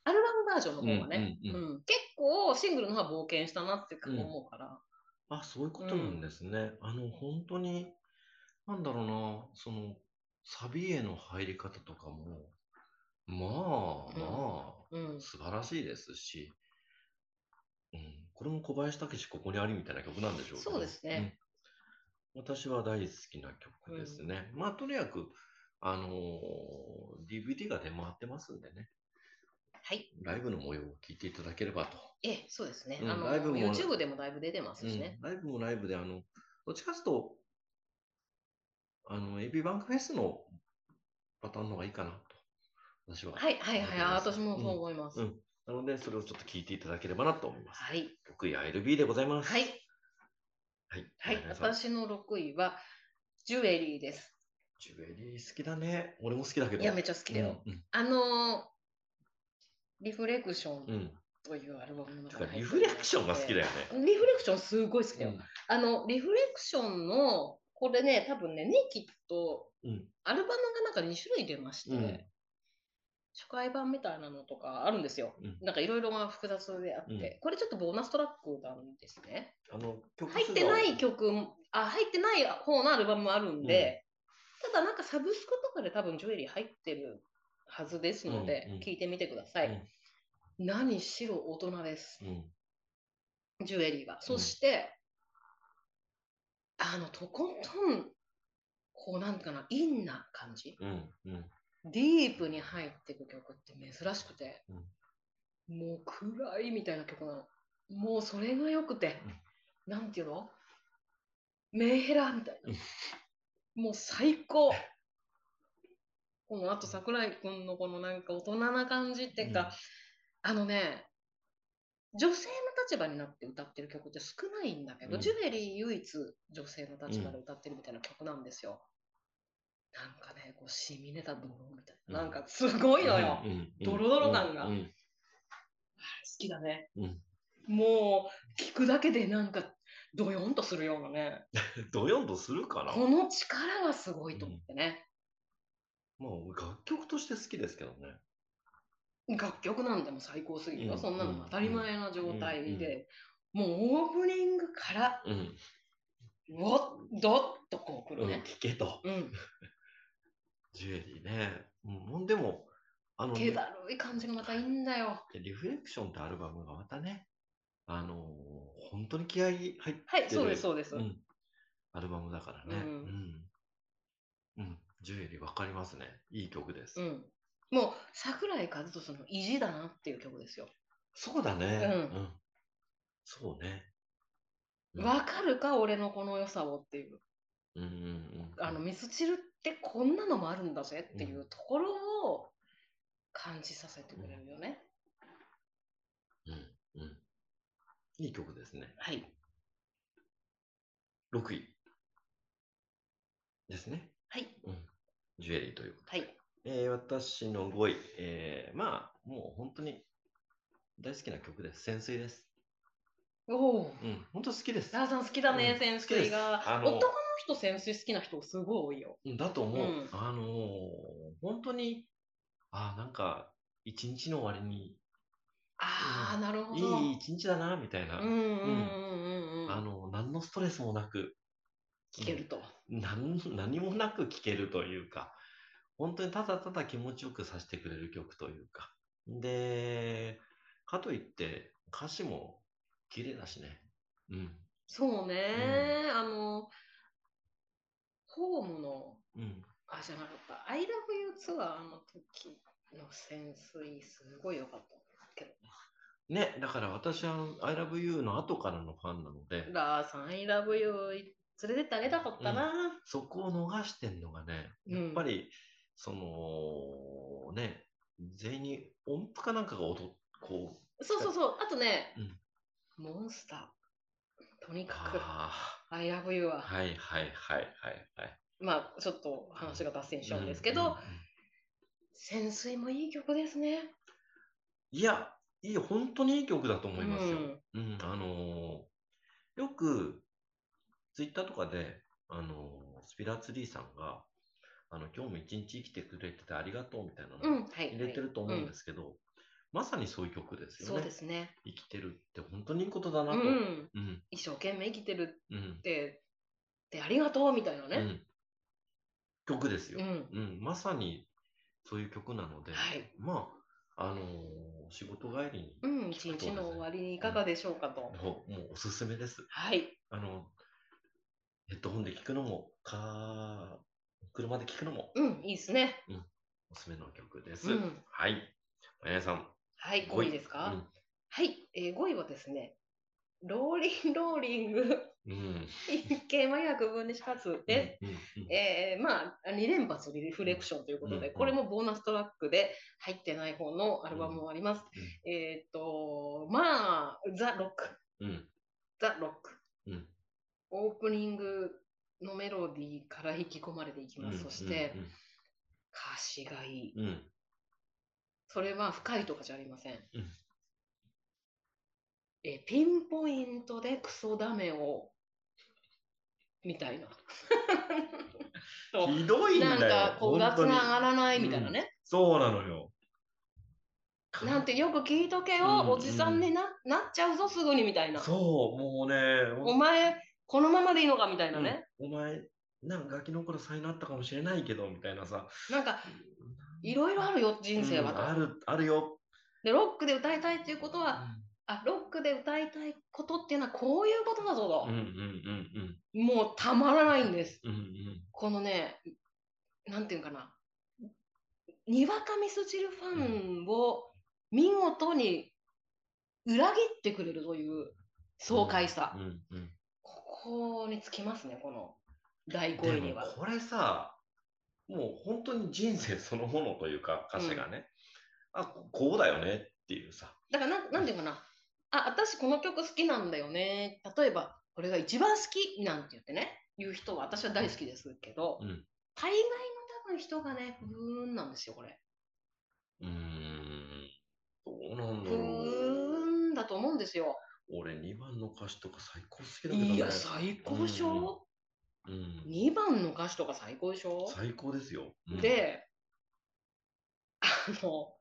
B: アルバムバージョンの方がね、
A: うんうんうん
B: うん結構シングルの方が冒険したなって思うから、
A: あ、そういうことなんですね。あの、本当に、なんだろうな、その、サビへの入り方とかも、まあ
B: うん
A: まあ、素晴らしいですし、うん、これも小林武史ここにありみたいな曲なんでしょうけど
B: そうですね。
A: うん私は大好きな曲ですね。まあ、とにかく、あのー DVD が出回ってますんでね、
B: はい
A: ライブの模様を聞いていただければと。
B: ええそうですね、
A: うん
B: あの
A: ライブも
B: YouTube でもだいぶ出てますしね、
A: うん、ライブもライブで、あの、どっちかというと、あの、エビバンクフェスのパターンの方がいいかなと、私は。
B: はいはいはいあ私もそう思います、
A: うんうんなので、それをちょっと聞いていただければなと思います。
B: はい
A: 曲位 ILB でございます。
B: はい
A: はい。
B: はい、
A: 皆さん
B: 私の6位はジュエリーです。
A: ジュエリー好きだね。俺も好きだけど。
B: いや、めっちゃ好きだよ。
A: うん。
B: あのーリフレクショ
A: うん。う
B: ン
A: ん
B: というアルバムの
A: て
B: 中
A: か
B: に入ってる
A: リフレクションが好きだよね。
B: リフレクションすごい好きだ
A: う
B: よ。
A: ん
B: あの、リフレクションの、これね、多分ね、ネイキッド、
A: うん
B: アルバムがなんか2種類出まして、
A: うん
B: 初回版みたいなのとかあるんですよ。
A: うん
B: なんかいろいろが複雑であって、
A: うん
B: これちょっとボーナストラックなんですね。
A: あの、曲
B: 入ってない曲もあ入ってない方のアルバムもあるんで、ただなんかサブスクとかで多分ジュエリー入ってるはずですので、
A: うんうん
B: 聞いてみてください、何しろ大人です
A: うん。うん
B: ジュエリーがそして、あのとことんこうなんかなインな感じ
A: うん。うん。
B: ディープに入ってく曲って珍しくて、もう暗いみたいな曲なのもうそれがよくて、なんていうのメンヘラみたいな、もう最高このあと桜井君のこのなんか大人な感じっていうか、あのね女性の立場になって歌ってる曲って少ないんだけど、
A: うん
B: ジュエリー唯一女性の立場で歌ってるみたいな曲なんですよ。なんかね、こう、しみ出た泥みたいな。
A: う
B: なんんか、すごいのよ。
A: うん。うん
B: ドロドロ感が
A: うん
B: 好きだね。
A: うん
B: もう、聞くだけでなんか、ドヨンとするようなね。
A: ドヨンとするかな
B: この力がすごいと思ってね。
A: まあ、俺楽曲として好きですけどね。
B: 楽曲なんてもう最高すぎるよ。
A: うん
B: そんなのも当たり前な状態で、もうオープニングから、
A: うん。
B: うおっ、どっとこう来
A: う
B: る
A: ん、
B: ね。
A: 聞けと。
B: うん。
A: ジュエリーね。うん、でも、あの、
B: 気だるい感じがまたいいんだよ。
A: リフレクションってアルバムがまたね、あのー本当に気合い入ってる。
B: はい、そうです、そうです。
A: うん。アルバムだからね。う。
B: うん
A: うん。ジュエリーわかりますね。いい曲です。
B: うん。もう、桜井和寿の意地だなっていう曲ですよ。
A: そうだね、
B: うん
A: そうね。うん
B: わかるか俺のこの良さをっていう
A: うんうんうん。
B: あのミスチルってこんなのもあるんだぜっていうところを感じさせてくれるよね、
A: うんうん。いい曲ですね。
B: はい
A: 6位。ですね。
B: はい
A: ジュエリーということで
B: はい
A: えー私の5位、えーまあ、もう本当に大好きな曲です。潜水です。
B: おお
A: うん、本当好きです。
B: ラーさん好きだね、
A: うん
B: 潜水
A: 好きです
B: が
A: あの
B: 男の人潜水好きな人すごい多いよ。
A: うんだと思う。
B: うん
A: あのー本当に、あーなんか、一日の終わりに、
B: ああ、なるほど。
A: いい一日だな、みたいな。
B: うんうんうんうんうん。
A: あの、何のストレスもなく、
B: 聞けると。
A: 何何もなく聴けるというか、本当にただただ気持ちよくさせてくれる曲というか。で、かといって歌詞も綺麗だしね。うん。
B: そうね、あの、ホームの、
A: うん。
B: あ、じゃなかった、I love you ツアーの時の潜水、すごい良かったけど。
A: ね、だから私は I love you の後からのファンなので、
B: ラーさん、I love you 連れてってあげたかったな。
A: そこを逃してんのがね、
B: うん
A: やっぱり、その、ね、全員音符かなんかが踊っこう、
B: そうそうそう、あとね、モンスター。とにか
A: あ
B: く、I love you
A: あ、
B: は、
A: はいはいはいはいはい。
B: まあ、ちょっと話が脱線しちゃうんですけど、
A: うんうんうん
B: 潜水もいい曲ですね。
A: いや、いい、本当にいい曲だと思いますよ。
B: う
A: うん、
B: ん
A: あのーよく、ツイッターとかで、あのースピラツリーさんが、あの、今日も一日生きてくれててありがとうみたいな
B: うん
A: のを、
B: はい。。
A: 入れてると思うんですすけど、まさにそういう曲ですよ
B: そう
A: ね。
B: ですね。
A: 生きてるって本当にいいことだ
B: う
A: なと。うん、
B: ん。
A: うん、
B: 一生懸命生きてる
A: うん
B: っ。て、で、ありがとうみたいな
A: う
B: ね。
A: ん曲ですよ
B: う。ん。
A: うん、まさにそういう曲なので、
B: はい
A: まあ、あのー仕事帰りに、
B: うん。一日の終わりにいかがでしょうかと。
A: もうもうおすすめです。
B: はい。
A: あの、ヘッドホンで聞くのも、か、車で聞くのも
B: うん。いいですね。
A: おすすめの曲です。
B: うん。
A: はい。まやさん、
B: はい。
A: 五
B: 5位ですか、はい。えー、5位はですね、ローリンローリング、
A: うん。うん。
B: 桂馬薬分で始発です。
A: うんうんうん
B: えーまあ、2連発リフレクションということで、
A: うん
B: これもボーナストラックで入ってない方のアルバムもあります。えーっと、まあ、ザ・ロック、
A: うん。
B: ザ・ロック。
A: うん
B: オープニングのメロディーから引き込まれていきます。そして、歌詞がいい。
A: うん、うん。
B: それは深いとかじゃありません。
A: うん
B: えーピンポイントでクソダメを、みたいな。そう
A: ひどいんだ
B: な
A: よ。
B: んかこう、が
A: 本
B: つ
A: 当に
B: ながらないみたいなね。
A: そうなのよ。
B: なんてよく聞いとけよ、
A: うん
B: おじさんにななっちゃうぞすぐにみたいな。
A: そう、もうね、
B: お前、このままでいいのかみたいなね。
A: うんお前、なんかガキの頃才能あったかもしれないけど、みたいなさ。
B: なんか、いろいろあるよ、人生は
A: う
B: と、
A: んある、あるよ。
B: で、ロックで歌いたいっていうことは、あ、ロックで歌いたいことっていうのはこういうことだぞと
A: うん、うん、う、ん、うん。
B: もうたまらないんです。
A: うんうん
B: このね、なんていうのかな、にわかミスチルファンを見事に裏切ってくれるという爽快さ。
A: うんうん
B: ここにつきますね、この大
A: で
B: 声に
A: も
B: は。
A: これさもう本当に人生そのものというか歌詞がね、あここうだよねっていうさ、
B: だからなん、なんていうかな、あ、私この曲好きなんだよね。例えば、これが一番好きなんて言ってね、言う人は私は大好きですけど、
A: うん
B: 大概の多分人がね、ふーんなんですよ、これ。
A: うーんどうなんだ
B: ふ
A: ろう、
B: ーんだと思うんですよ。
A: 俺2番の歌詞とか最高好きだけどね
B: いや、最高でしょ、
A: うん
B: ?2 番の歌詞とか最高でしょ
A: 最高ですよ、うん、
B: で、あの、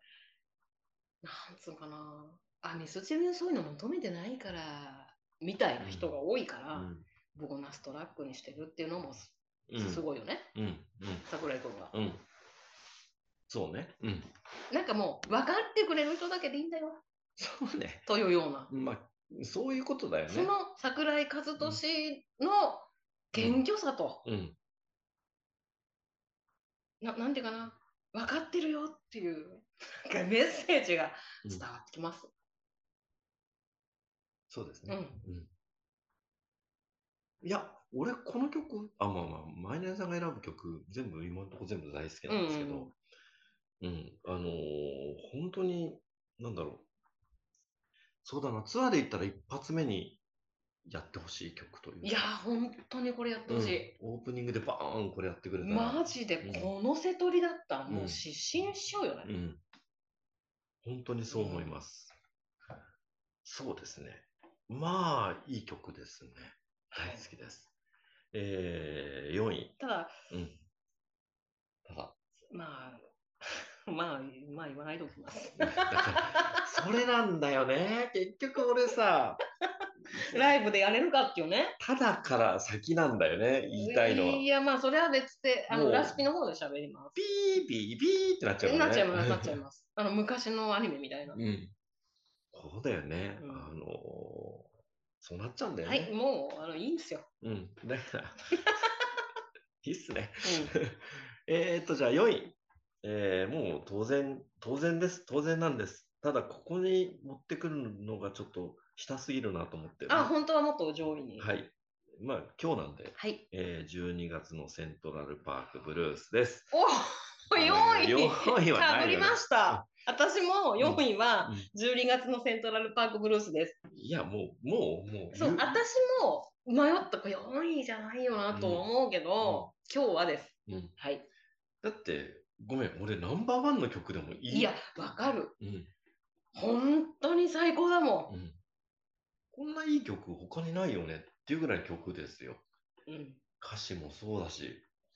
B: なんつうのかな、あ、ミスチルそういうの求めてないから、みたいな人が多いから、
A: うん
B: ボーナストラックにしてるっていうのもす
A: うん
B: すごいよね、
A: うんうん
B: 桜井君が。
A: うんそうねうん
B: なんかもう、分かってくれる人だけでいいんだよ、
A: そうね
B: というような。
A: まあそういうことだよね
B: その桜井和俊の謙虚さと、
A: うん
B: ななんていうかな、分かってるよっていう、なんかメッセージが伝わってきます。
A: そうですね。うんいや、俺、この曲、あ、まあまあ、マイナーさんが選ぶ曲、全部、今のところ全部大好きなんですけど、うん、あのー本当に、なんだろう。そうだな、ツアーで行ったら一発目にやってほしい曲というか。
B: いやー、本当にこれやって
A: うん、
B: ほしい。
A: オープニングでバーンこれやってくれたら。
B: マジでこの瀬取りだったらもう
A: うん
B: 失神しようよね。
A: うん。本当にそう思います。そうですね。まあ、いい曲ですね。大好きです。えー、4位。
B: ただ、
A: うん。ただ、
B: まあ、 まあ、まあ言わないでおきます。
A: だ からそれなんだよね。結局俺さ、
B: ライブでやれるかっていうね。
A: ただから先なんだよね、言いたいのは。
B: いや、まあ、それは別で、あ
A: も
B: の、
A: う
B: ラスピの方で喋ります。
A: ピーピーピーってなっちゃうもんね。
B: なっちゃいます、なっちゃい
A: ま
B: ます。 あの、昔のアニメみたいな。
A: す。うん。そうだよね。
B: うん
A: あのーそうなっちゃうんだよ
B: は
A: ね。
B: い、もう、あの、いいんですよ。
A: うん。だから、 いいっすね。
B: うん。
A: えーっと、じゃあ4位。えーもう当然、当然です。当然なんです。ただ、ここに持ってくるのがちょっと下すぎるなと思って、
B: あ、本当はもっと上位に。
A: は。い。まあ、今日なんで、
B: はい。
A: えー12月のセントラルパークブルースです。
B: お4位
A: 4位は
B: か
A: な
B: ぶ
A: い
B: り
A: よね
B: ました。私も4位は
A: うんうん
B: 12月のセントラルパークブルースです。
A: いや、もう、もう、もう。
B: そう、
A: 言
B: 私も迷った、これ4位じゃないよなと思うけど、今日はです。
A: うん
B: はい。
A: だって、ごめん、俺ナンバーワンの曲でもいい。
B: いや、わかる。
A: うん、
B: 本当に最高だも
A: うん。こんないい曲他にないよねっていうぐらいの曲ですよ。
B: ん。うん。
A: 歌詞もそうだし、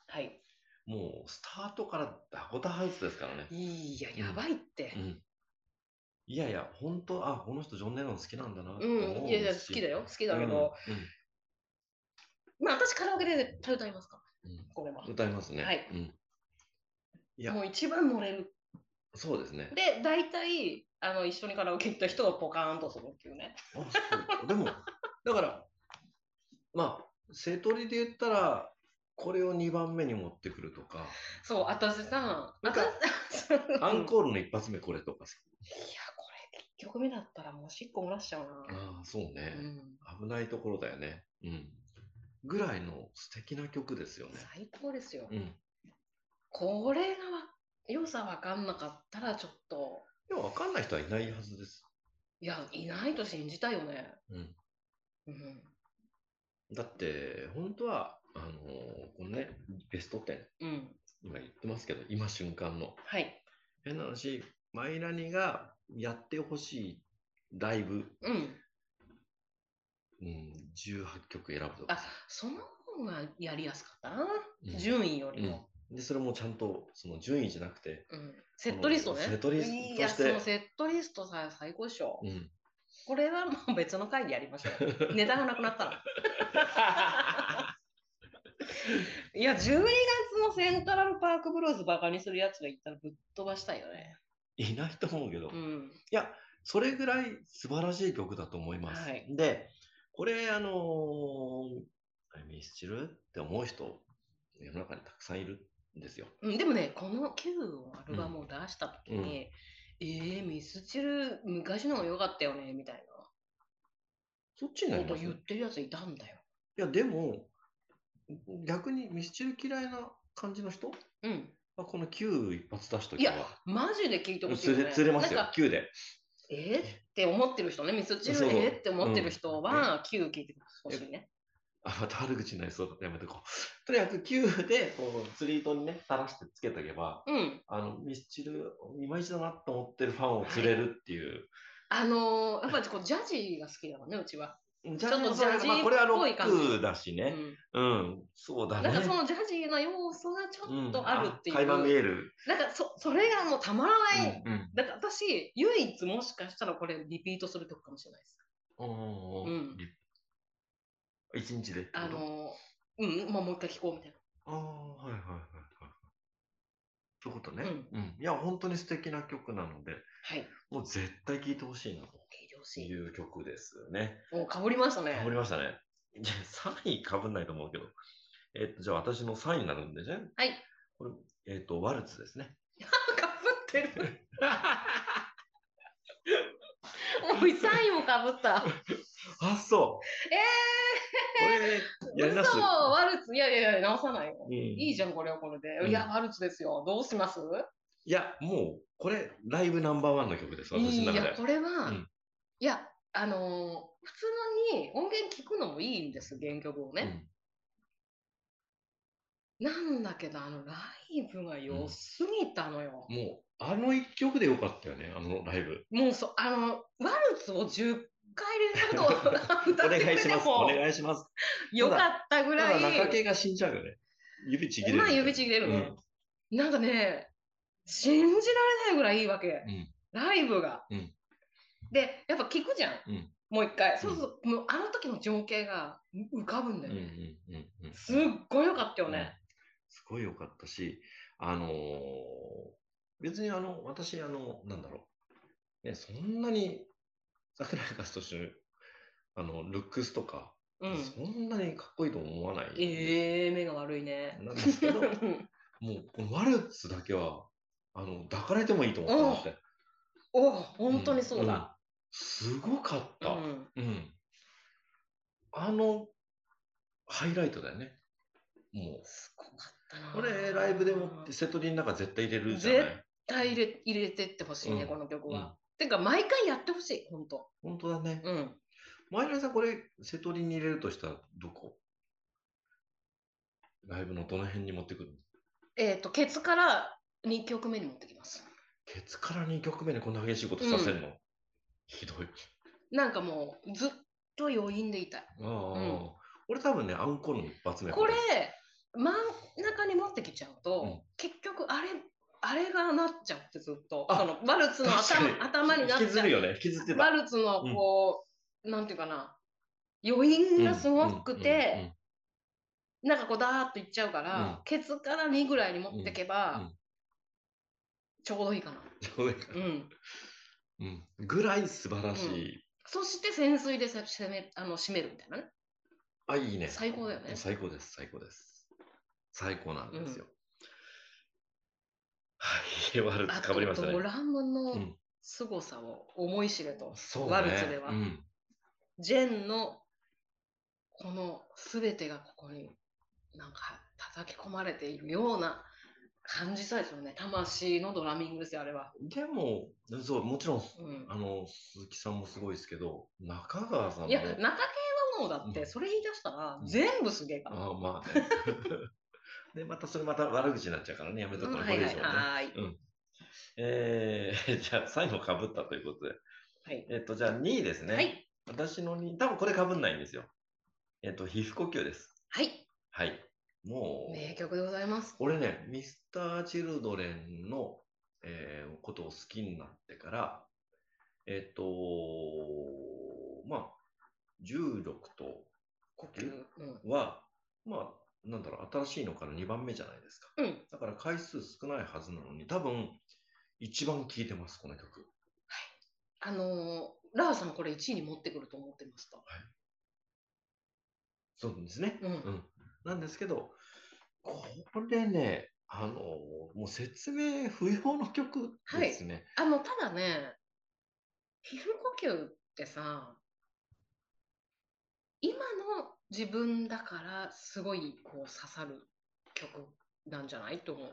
B: はい。
A: もうスタートからダコタハウスですからね。
B: いや、やばいって
A: う。ん。いやいや、本当あ、この人ジョン・レノン好きなんだなって
B: う
A: 思うし、
B: ん。いやいや、好きだよ。好きだけど。
A: うん、
B: まあ、私カラオケで絶対歌いますから、
A: うん
B: これは
A: うん。歌いますね。
B: はい
A: うん。いや
B: もう一番漏れる
A: そうですね。
B: で、大体、あの、一緒にカラオケ行った人がポカーンとするっていうね。
A: あそうでも、 だから、まあ、セトリで言ったら、これを2番目に持ってくるとか、
B: そう、私さ、
A: なんか
B: 私さ、いや、
A: アン
B: こ
A: コールの一発目これとかさ。
B: れ、1曲目だったらもうしっこ漏らしちゃうな。
A: ああ、そうね
B: う、ん、
A: 危ないところだよね。うん。ぐらいの素敵な曲ですよね。
B: 最高ですよ。
A: うん。
B: これがわ良さわかんなかったら、ちょっと、
A: でも分かんない人はいないはずです。
B: いや、いないと信じたいよね。
A: うん。
B: うん。
A: だって、本当は、あのーこのね、ベスト10、
B: うん。
A: 今言ってますけど、今瞬間の。
B: はい。
A: 変な話、マイラニがやってほしいライブ
B: うん。
A: うん、18曲選ぶとか
B: あ
A: さ、
B: その方がやりやすかったな。
A: うん
B: 順位よりも。
A: でそれもちゃんとその順位じゃなくて、
B: うん、セットリストね。
A: そのセットリスト
B: いや、
A: とし
B: そ
A: て
B: のセットリストさ、最高でしょ。
A: うん、
B: これはもう別の回でやりましょ う。ネタがなくなったら。いや、12月のセントラルパークブルースバカにするやつがいたらぶっ飛ばしたいよね。
A: いないと思うけど、
B: うん。
A: それぐらい素晴らしい曲だと思います。
B: はい
A: でこれあのーミスチルって思う人世の中にたくさんいるんですよ。
B: うん、でもね、この Q をアルバムを出した時に、
A: うんうん
B: えー、ミスチル昔の方が良かったよねみたい
A: そっちに
B: な
A: なり
B: こ
A: ま
B: と
A: す
B: 言ってるやついたんだよ。
A: いやでも逆にミスチル嫌いな感じの人
B: うん。
A: はこの9一発出しと
B: い
A: き
B: や
A: は
B: マジで聞いてほしい
A: 釣
B: よ、ね。
A: れ釣れますよ
B: なんか
A: 9で。
B: えーって思ってる人ね、ミスチ
A: そ
B: ル
A: うそう
B: えーって思ってる人は Q 聞いてほしいね。
A: あ、また悪口になりそうだったやめてこう。 とにかく Q でこう釣り糸にね、垂らしてつけておけば、
B: うん。
A: あの、ミスチル、いまいちだなと思ってるファンを釣れるっていう。
B: あのーやっぱりこうジャジーが好きだもんね、うちは。
A: ち
B: ょっとジャジー
A: まあ、これはロ
B: っぽ
A: ッ
B: い感じ
A: クだし
B: う
A: ね。
B: ん
A: うん、そうだね。
B: なんかそのジャジーな要素がちょっとあるっていう。
A: 会話見える。
B: なんかそそれがもうたまらない。
A: うんうん
B: だから私、唯一もしかしたらこれリピートする曲かもしれないです。
A: おーおーおー
B: うん
A: 一日でってこと。
B: あのーうん、もうもう一回聴こうみたい
A: あーはいはいはいはい。ということね、
B: う
A: うん。いや、本当に素敵な曲なので、
B: な。はい。
A: もう絶対聴いてほしいなと
B: 聴いてほし
A: い
B: い。
A: う曲ですね。
B: もうかぶりましたね
A: か。ぶりましたね。いや、3位かぶんないと思うけど。えっと、じゃあ私の3位になるんでね。
B: はい。
A: これ、えっと、ワルツですね。
B: かぶってる。もう3位もかぶ った。
A: あ、そう。えこれ、やります
B: 嘘、ワルツ。いやいやいや、直さないよ。
A: うん、
B: い
A: い
B: いじゃん、これはこれで。
A: うん
B: いや、ワルツですよ。どうします
A: や、もう、これ、ライブナンバーワンの曲です、私
B: い
A: の中
B: や、
A: で。
B: これは、
A: うん
B: いや、あのー普通に音源聞くのもいいんです、原曲をね。なんだけど、あの、ライブが良すぎたのよ
A: う。んもう、あの1曲でよかったよね、あのライブ。
B: もうそ、あの、ワルツを10回連続度
A: お
B: 歌ってく
A: 願い
B: れ
A: してます。
B: も
A: お願いします。
B: よかったぐ
A: た
B: ら
A: だ
B: い
A: 中継が死んじゃうよね。指ちぎれる。
B: まあ指ちぎれるねなんかね信じられないぐらいいいわけ、
A: ん
B: ライブが、
A: うん
B: でやっぱ聞くじゃん、
A: うん
B: もう一回そうそう、もうあの時の情景が浮かぶんだ
A: うん
B: よ
A: うん
B: ね、
A: うんうんうん。
B: すっごいよかったよね、
A: すごい良かったし、あのー別にあの、私、あの、なんだろう。ね、そんなに、桜井和俊の、あの、ルックスとか、
B: うん
A: そんなにかっこいいと思わない。
B: ええ目が悪いね
A: なんです けど、も
B: うん
A: う、このワルツだけは、あの、抱かれてもいいと思ったなって。
B: お本当にそうだ、
A: ん。すごかった。
B: う
A: うん
B: ん
A: あの、ハイライトだよね。もう。
B: すごかったな
A: これ、ライブでもって、セトリの中絶対入れるじゃない
B: 絶対入れ入れてってほしいね、
A: うん
B: この曲は、
A: うん
B: てか毎回やってほしい本当
A: 本当だね。
B: うん
A: マイナさん、これ、瀬戸りに入れるとしたら、どこライブのどの辺に持ってくるの
B: えっ、とケツから2曲目に持ってきます
A: ケツから2曲目でこんな激しいことさせるの、ひどい。
B: なんかもうずっと余韻でいたい。
A: ああ、
B: うん
A: 俺多分ね、アンコールの一発目。
B: これ真ん中に持ってきちゃうと、
A: うん
B: 結局あれあれがなっちゃってずっと
A: あ
B: そのワルツの頭
A: 確かに
B: 頭になっ
A: 引き
B: ち
A: ず
B: ゃ
A: る
B: う、
A: よね。引きずって
B: ワ
A: た。
B: ルツのこう、なんていうかな余韻がすごくて、
A: うん
B: なんかこうダーッといっちゃうから、
A: うん
B: ケツから2ぐらいに持ってけば、
A: うんうん
B: ちょうどいいかな、
A: うんうん
B: う
A: うん
B: ん、
A: うんぐらい素晴らしい。
B: そして潜水でせ攻めあの締めるみたいなね
A: あ、いいね。
B: 最高だよね
A: 最高です、最高です。最高なんですよ。はい、ワル
B: あ
A: ツ
B: と
A: かぶりましたね
B: ド。ラム
A: う
B: の
A: ん
B: 凄さを思い知れと、
A: そうね。
B: ワルツでは
A: うん
B: ジェンのこの全てがここになんか叩き込まれているような感じさえするね。魂のドラミングですよ、あれは。
A: でも、そう、もちろん、
B: うん、
A: あの、鈴木さんもすごいですけど、中川さんも。
B: いや、中系はもうだっ
A: う
B: て、
A: ん
B: それ言い出したら
A: うん
B: 全部すげえから。
A: ああまあね。 で、またそれまた悪口になっちゃうからね、やめと
B: う
A: こ
B: ん
A: う、
B: は
A: これ
B: い
A: 以
B: は
A: 上
B: い
A: ね。
B: はい。
A: えー、 じゃあ、最後かぶったということで。
B: はい。
A: えっと、じゃあ2位ですね。
B: はい。
A: 私の2位、多分これかぶんないんですよ。えっと、皮膚呼吸です。
B: はい。
A: はい。もう、
B: 名曲でございます。
A: 俺ね、ミスター・チルドレンの、えーことを好きになってから、えっ、とまあ、重力と呼
B: う
A: 吸
B: ん。
A: は、まあ、なんだろう、新しいのから2番目じゃないですか。
B: うん。
A: だから回数少ないはずなのに、多分、一番聴いてます、この曲。
B: あのー、ラーさんこれ1位に持ってくると思ってました。
A: そうですね。
B: うん
A: なんですけど、これね、あのもう説明不要の曲ですね。
B: あの、ただね、皮膚呼吸ってさ、今の自分だからすごいこう刺さる曲なんじゃないと思う。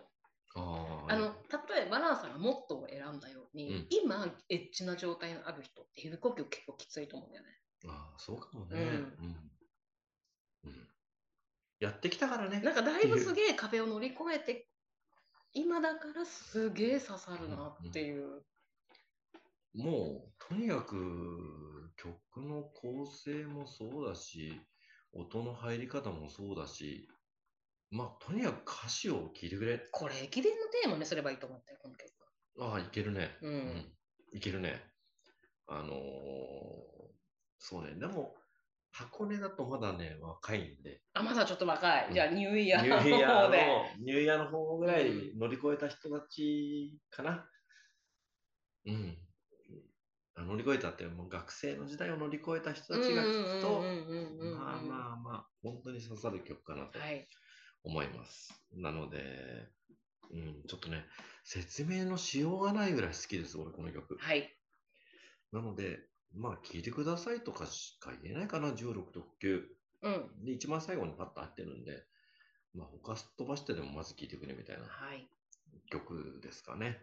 A: あー
B: あの、例えばラーさんがモットーを選んだように、
A: うん
B: 今エッチな状態のある人って皮膚呼吸結構きついと思うんだよね。
A: ああ、そうかも
B: う
A: ね。うん。うん。やってきたからね。
B: なんかだいぶすげえ壁を乗り越えて、今だからすげえ刺さるなっていう。
A: もう、とにかく、曲の構成もそうだし、音の入り方もそうだし、まあ、とにかく歌詞を聴いてくれ。
B: これ駅伝のテーマにすればいいと思ったよ、この曲。
A: ああ、いけるね。
B: うん。
A: うんいけるね。あのーそうね。でも、箱根だとまだね、若いんで、
B: あ、まだちょっと若い。じゃあニューイ
A: ニ
B: ヤーの
A: ューイヤー
B: 方
A: の
B: で。、
A: ニューイヤーの方ぐらい
B: うん
A: 乗り越えた人たちかな。うん。あ乗り越えたって、もう学生の時代を乗り越えた人たちが聞くと、まあまあまあ、本当に刺さる曲かなと
B: はい、
A: 思います。なので、うん、ちょっとね、説明のしようがないぐらい好きです、俺、この曲。
B: はい、
A: なので、まあ、聞いてくださいとかしか言えないかな、16特急。
B: うん、
A: で、一番最後にパッと合ってるんで、まあ、他すっ飛ばしてでもまず聞いてくれみたいな
B: はい、
A: 曲ですかね。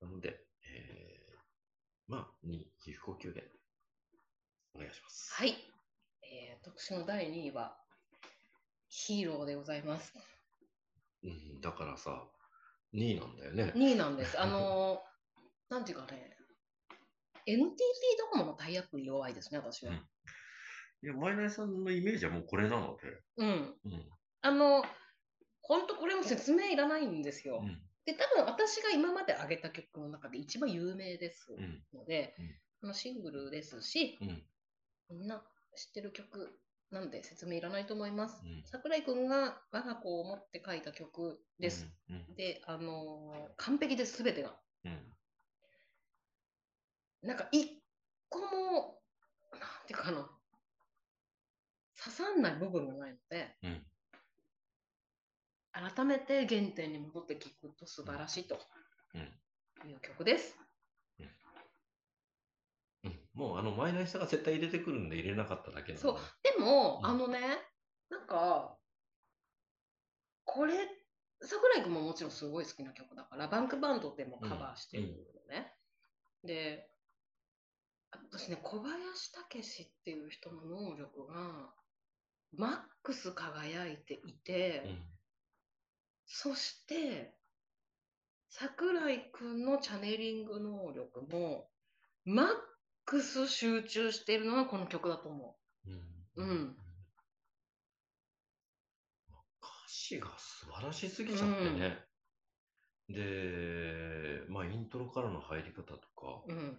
A: なので、えー、まあ、に皮膚呼吸でお願いします。
B: はい。えー、特集の第2位は、ヒーローでございます。
A: うん、だからさ、2位なんだよね。
B: 2位なんです。あのー、なんていうかね、 NTT ドコモのタイアップに弱いですね、私は。
A: いや、ワイナイさんのイメージはもうこれなので。
B: うん。
A: うん。
B: あの、本当これも説明いらないんですよ。
A: うん。
B: で、多分私が今まで上げた曲の中で一番有名です
A: うん。
B: ので、
A: うん
B: あのシングルですし、
A: うん。
B: みんな知ってる曲なんで説明いらないと思います。
A: うん
B: 桜井くんが我が子を持って書いた曲です。。
A: うん。
B: で、あのー完璧です、全てが。
A: うん。
B: なんか一個も、なんていうかな、刺さんない部分がないので、
A: うん
B: 改めて原点に戻って聞くと素晴らしいと
A: うん
B: いう曲です。
A: うん。もう、あの、ワイナイさんが絶対入れてくるんで入れなかっただけなの
B: そうでも、
A: うん
B: あのね、なんか、これ、桜井君ももちろんすごい好きな曲だから、バンクバンドでもカバーしてるのね。で、私ね、小林武史っていう人の能力が、マックス輝いていて、
A: うん。
B: そして、桜井くんのチャネリング能力も、マックス集中しているのがこの曲だと思う。
A: う
B: うんん
A: 歌詞が素晴らしすぎちゃってね。で、まあ、イントロからの入り方とか、
B: うん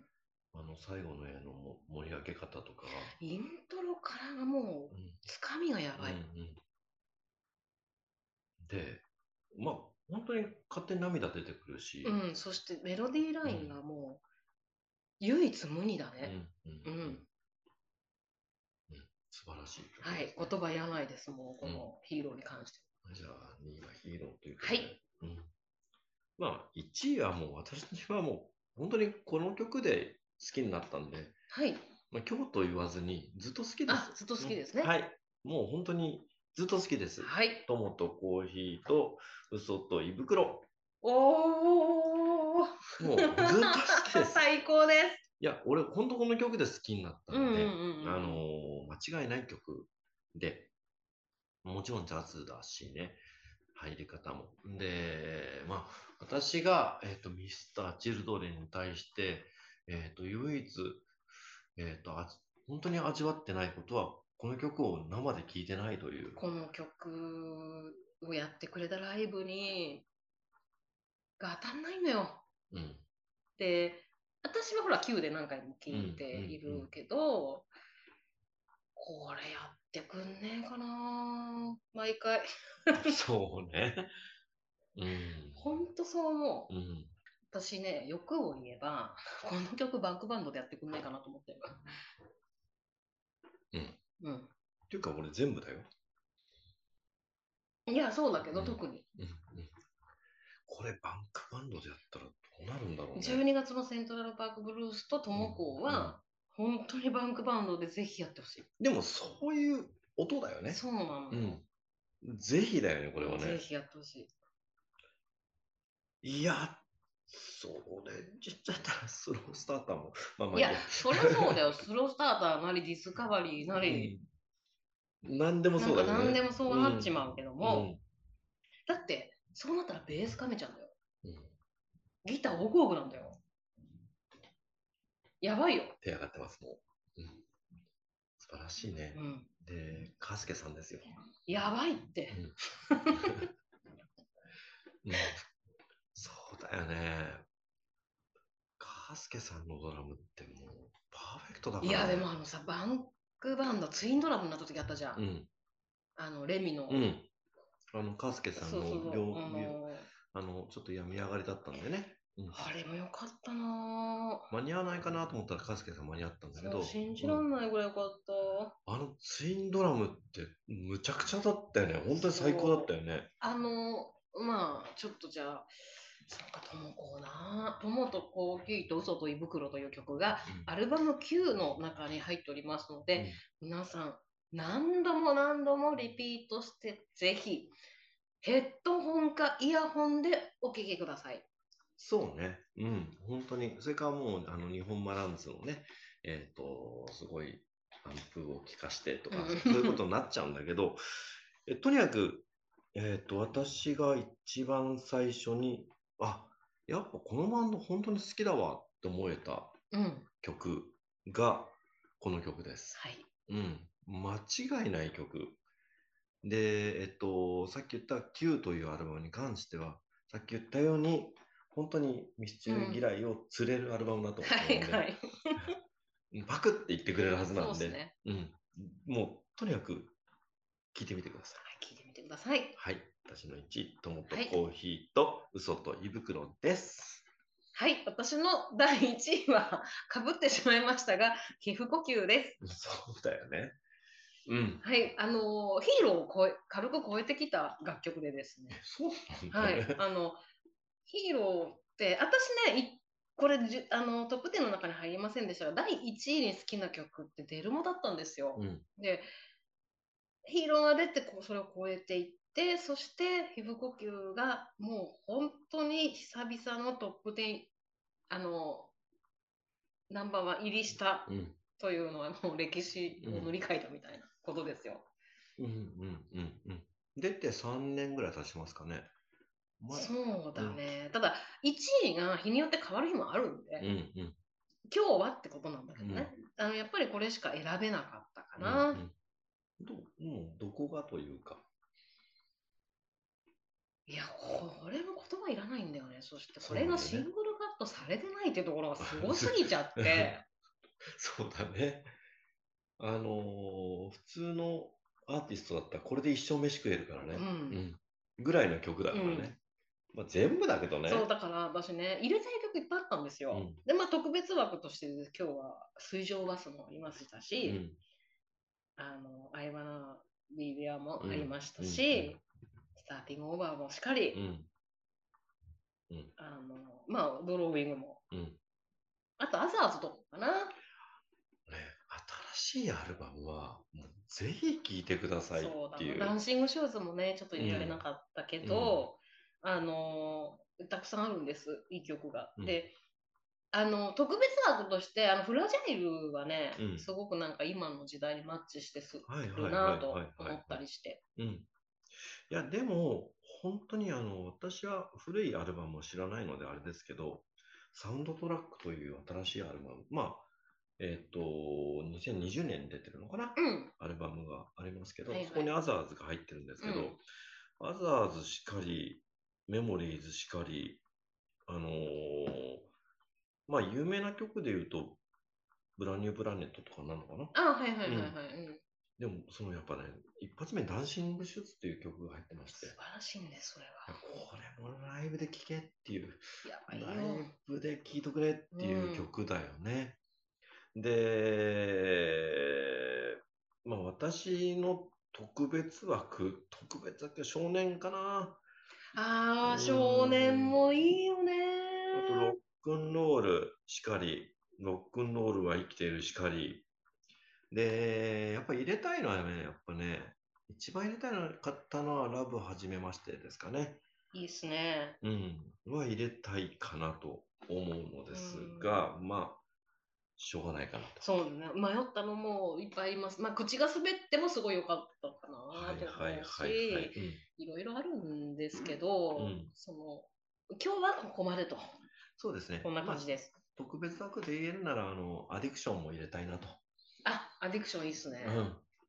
A: あの、最後の絵のも盛り上げ方とか、
B: イントロからがも
A: う
B: う、
A: ん
B: つかみがやばい。
A: うんうんで、まあ、本当に勝手に涙出てくるし、
B: うん、そしてメロディーラインがもう、唯一無二だね。
A: うん
B: うん
A: うん素晴らしい曲
B: は
A: で
B: い
A: す、ね
B: 言葉いらないです、もう、こ
A: う
B: のヒーローに関して。
A: じゃあ、2位はヒーローというこ
B: はい
A: とでうんまあ、1位はもう私はもう本当にこの曲で好きになったんで、
B: はい、
A: まあ、今日と言わずにずっと好きです。
B: あ、ずっと好きですね。
A: うんはい。もう本当にずっと好きです。
B: はい。
A: 友とコーヒーと嘘と胃袋。
B: おー、
A: もうずっと好きです。い
B: 最高で
A: や、俺本当この曲で好きになった
B: す。うん
A: の
B: うん
A: で、
B: うんうん。
A: あのー間違いない曲で、もちろんジャズだしね、入り方も。で、まあ、私が、えっ、と、ミスター・チルドレンに対して、えっ、と、唯一、えっ、とあ、本当に味わってないことは、この曲を生で聴いてないという。
B: この曲をやってくれたライブに、が当たんないのよ。
A: うん。
B: で私はほら Q で何回も聞いているけど、これやってくんねえかな毎回
A: そうね。うん。
B: ほんとそう思う
A: うん。
B: 私ね欲を言えば この曲バックバンドでやってくんないかなと思ってるうん、
A: っていうか、俺全部だよ。
B: いやそうだけど、
A: うん
B: 特に
A: うん。うんこれ、バンクバンドでやったらどうなるんだろうね。
B: 12月のセントラルパークブルースとトモコは、本当にバンクバンドでぜひやってほしい、
A: でもそういう音だよね。
B: そうなのよ、
A: うん。ぜひだよね、これは
B: ぜ
A: ね。
B: ひやってほしい
A: いや、それじゃったらスロースターターも。まあまあ
B: いや
A: いいや、
B: そりゃそうだよ。スロースターターなり、ディスカバリーなり、
A: うん何でも
B: なん
A: そうだ
B: か
A: よね。
B: 何でもそうなっちまうけど
A: うん
B: も、だって、そうなったらベースかめちゃうんだよ。
A: うんうん
B: ギターオグオグなんだよ。やばいよ。
A: 手上がってます、もう。うん素晴らしいね
B: う。ん。
A: で、カスケさんですよ。
B: やばいって。
A: うんそうだよね。カスケさんのドラムってもうパーフェクトだから
B: い
A: ね、
B: や、でもあのさ、バンクバンド、ツインドラムになった時あったじゃん。
A: うん。
B: あの、レミの。
A: うん。あの、カスケさん
B: そ
A: の
B: うそうそう。
A: 病
B: あ
A: 病
B: のー
A: あの、ちょっと病み上がりだったんでね。うん
B: あれもよかったなぁ。
A: 間に合わないかなと思ったらカスケさん間に合ったんだけ
B: そ
A: ど、
B: う信じら
A: うん
B: んないぐらいよかった。
A: あのツインドラムってむちゃくちゃだったよね。本当に最高だったよね。
B: あのーまあ、ちょっとじゃあ、そっか、ともこなぁ。ともとコーヒーと嘘と胃袋という曲が、アルバム Q の中に入っておりますので、皆さん何度も何度もリピートしてぜひヘッドホンかイヤホンでお聴きください。
A: そうね。うん。本当に。それからもう、あの、日本マランズのね、えっ、と、すごい、アンプを聞かしてとか
B: うん、
A: そういうことになっちゃうんだけど、えとにかく、えっ、と、私が一番最初に、あ、やっぱこのバンド本当に好きだわって思えた
B: うん、
A: 曲がこの曲です。
B: はい。
A: うん、間違いない曲。で、えっと、さっき言った「Q」というアルバムに関しては、さっき言ったように、本当にミスチル嫌いを釣れるアルバムだと思う
B: は
A: ので、
B: いはい。
A: パクって言ってくれるはずなん
B: そう
A: で、
B: ですね。
A: うん、もうとにかく聞いてみてください。
B: はい、聞いてみてください。
A: はい、私の1位、友と
B: はい
A: コーヒーと嘘と胃袋です。
B: はい、私の第1位はかぶってしまいましたが、皮膚呼吸です。
A: そうだよね。うん。
B: はい、あのヒーローを超え軽く超えてきた楽曲でで すね。
A: そうなん
B: は
A: だ
B: い
A: ね。、
B: あのヒーローって私ね、いこれじゅあのトップ10の中に入りませんでしたが、第1位に好きな曲ってデルモだったんですよ。
A: うん。
B: で、ヒーローが出てこうそれを超えていって、そして皮膚呼吸がもう本当に久々のトップ10、あの、ナンバーワン入りした
A: うん。
B: というのはもう歴史を塗り替えたみたいなことですよ。
A: うん。うん。うん。うん。出て3年ぐらい経ちますかね。ま
B: そうだね。ただ、1位が日によって変わる日もあるんで、
A: うん。うん。
B: 今日はってことなんだけどね。あのやっぱりこれしか選べなかったかな。
A: うんうんど、もうどこがというか。
B: いや、これも言葉いらないんだよね。そして、
A: そ
B: こ
A: うなん
B: れ
A: だよ
B: が
A: ね
B: シングルカットされてないってところがすごすぎちゃ って。
A: そうだね。あのー普通のアーティストだったらこれで一生飯食えるからね。
B: うん
A: うんぐらいの曲だからね。まあ全部だけどね。
B: そうだから私ね入れたい曲いっぱいあったんですよ、
A: うん
B: でまあ特別枠として今日は水上バスもありました
A: う
B: し、
A: ん。
B: あのアイワナビデアも
A: うん
B: ありました
A: うんう
B: し、
A: ん
B: スターティングオーバーもしっかり、
A: うん。
B: あのまあドローイングも
A: うん。
B: あとアザーズとかかな
A: ね、新しいアルバムは、もうぜひ聴いてください
B: そう
A: っ
B: だ
A: ていう。
B: ダンシングシューズもねちょっと入れられなかったけど、あのたくさんあるんですいい曲が。
A: うん
B: であの特別枠としてあのフラジャイルはね、
A: うん
B: すごくなんか今の時代にマッチしてす
A: はいはい
B: る
A: はいはい
B: なぁと
A: は
B: 思
A: い
B: ったりして。
A: うん。いや、でも、本当にあの、私は古いアルバムを知らないのであれですけど、サウンドトラックという新しいアルバム、まあ、えっ、と、2020年に出てるのかな
B: うん、
A: アルバムがありますけど、
B: はいはい
A: そこにアザーズが入ってるんですけど、アザーズしかり、メモリーズしかり、あのーまあ、有名な曲で言うと、ブランニュープラネットとかなのかな
B: あはいはいはいはい、うん
A: でも、そのやっぱね、一発目、ダンシングシューズっていう曲が入ってまして、
B: 素
A: い
B: 晴らしいんですそれ
A: や
B: は。
A: これもライブで聴けっていう、
B: やば
A: ラ
B: い
A: イ
B: よ。
A: ブで聴いてくれっていううん曲だよね。で、まあ、私の特別枠、特別枠、少年かな。
B: ああ少年もいいよね
A: あと、ロックンロールしかり、ロックンロールは生きているしかり。で、やっぱ入れたいのはね、やっぱね、一番入れたいのかったのは、ラブはじめましてですかね。
B: いいですね。
A: うん。は入れたいかなと思うのですが、まあ、しょうがないかなと。
B: そうだね、迷ったのもいっぱいいます。まあ、口が滑ってもすごい良かったかな
A: はい
B: と
A: はい
B: 思う
A: はいはい。
B: し、
A: うん
B: いろいろあるんですけど、
A: うん
B: その今日はここまでと、
A: そうですね。
B: こんな感じ
A: まあ
B: です。
A: 特別枠で言えるなら、あの、アディクションも入れたいなと。
B: あ、アディクションいいっすね。
A: うん。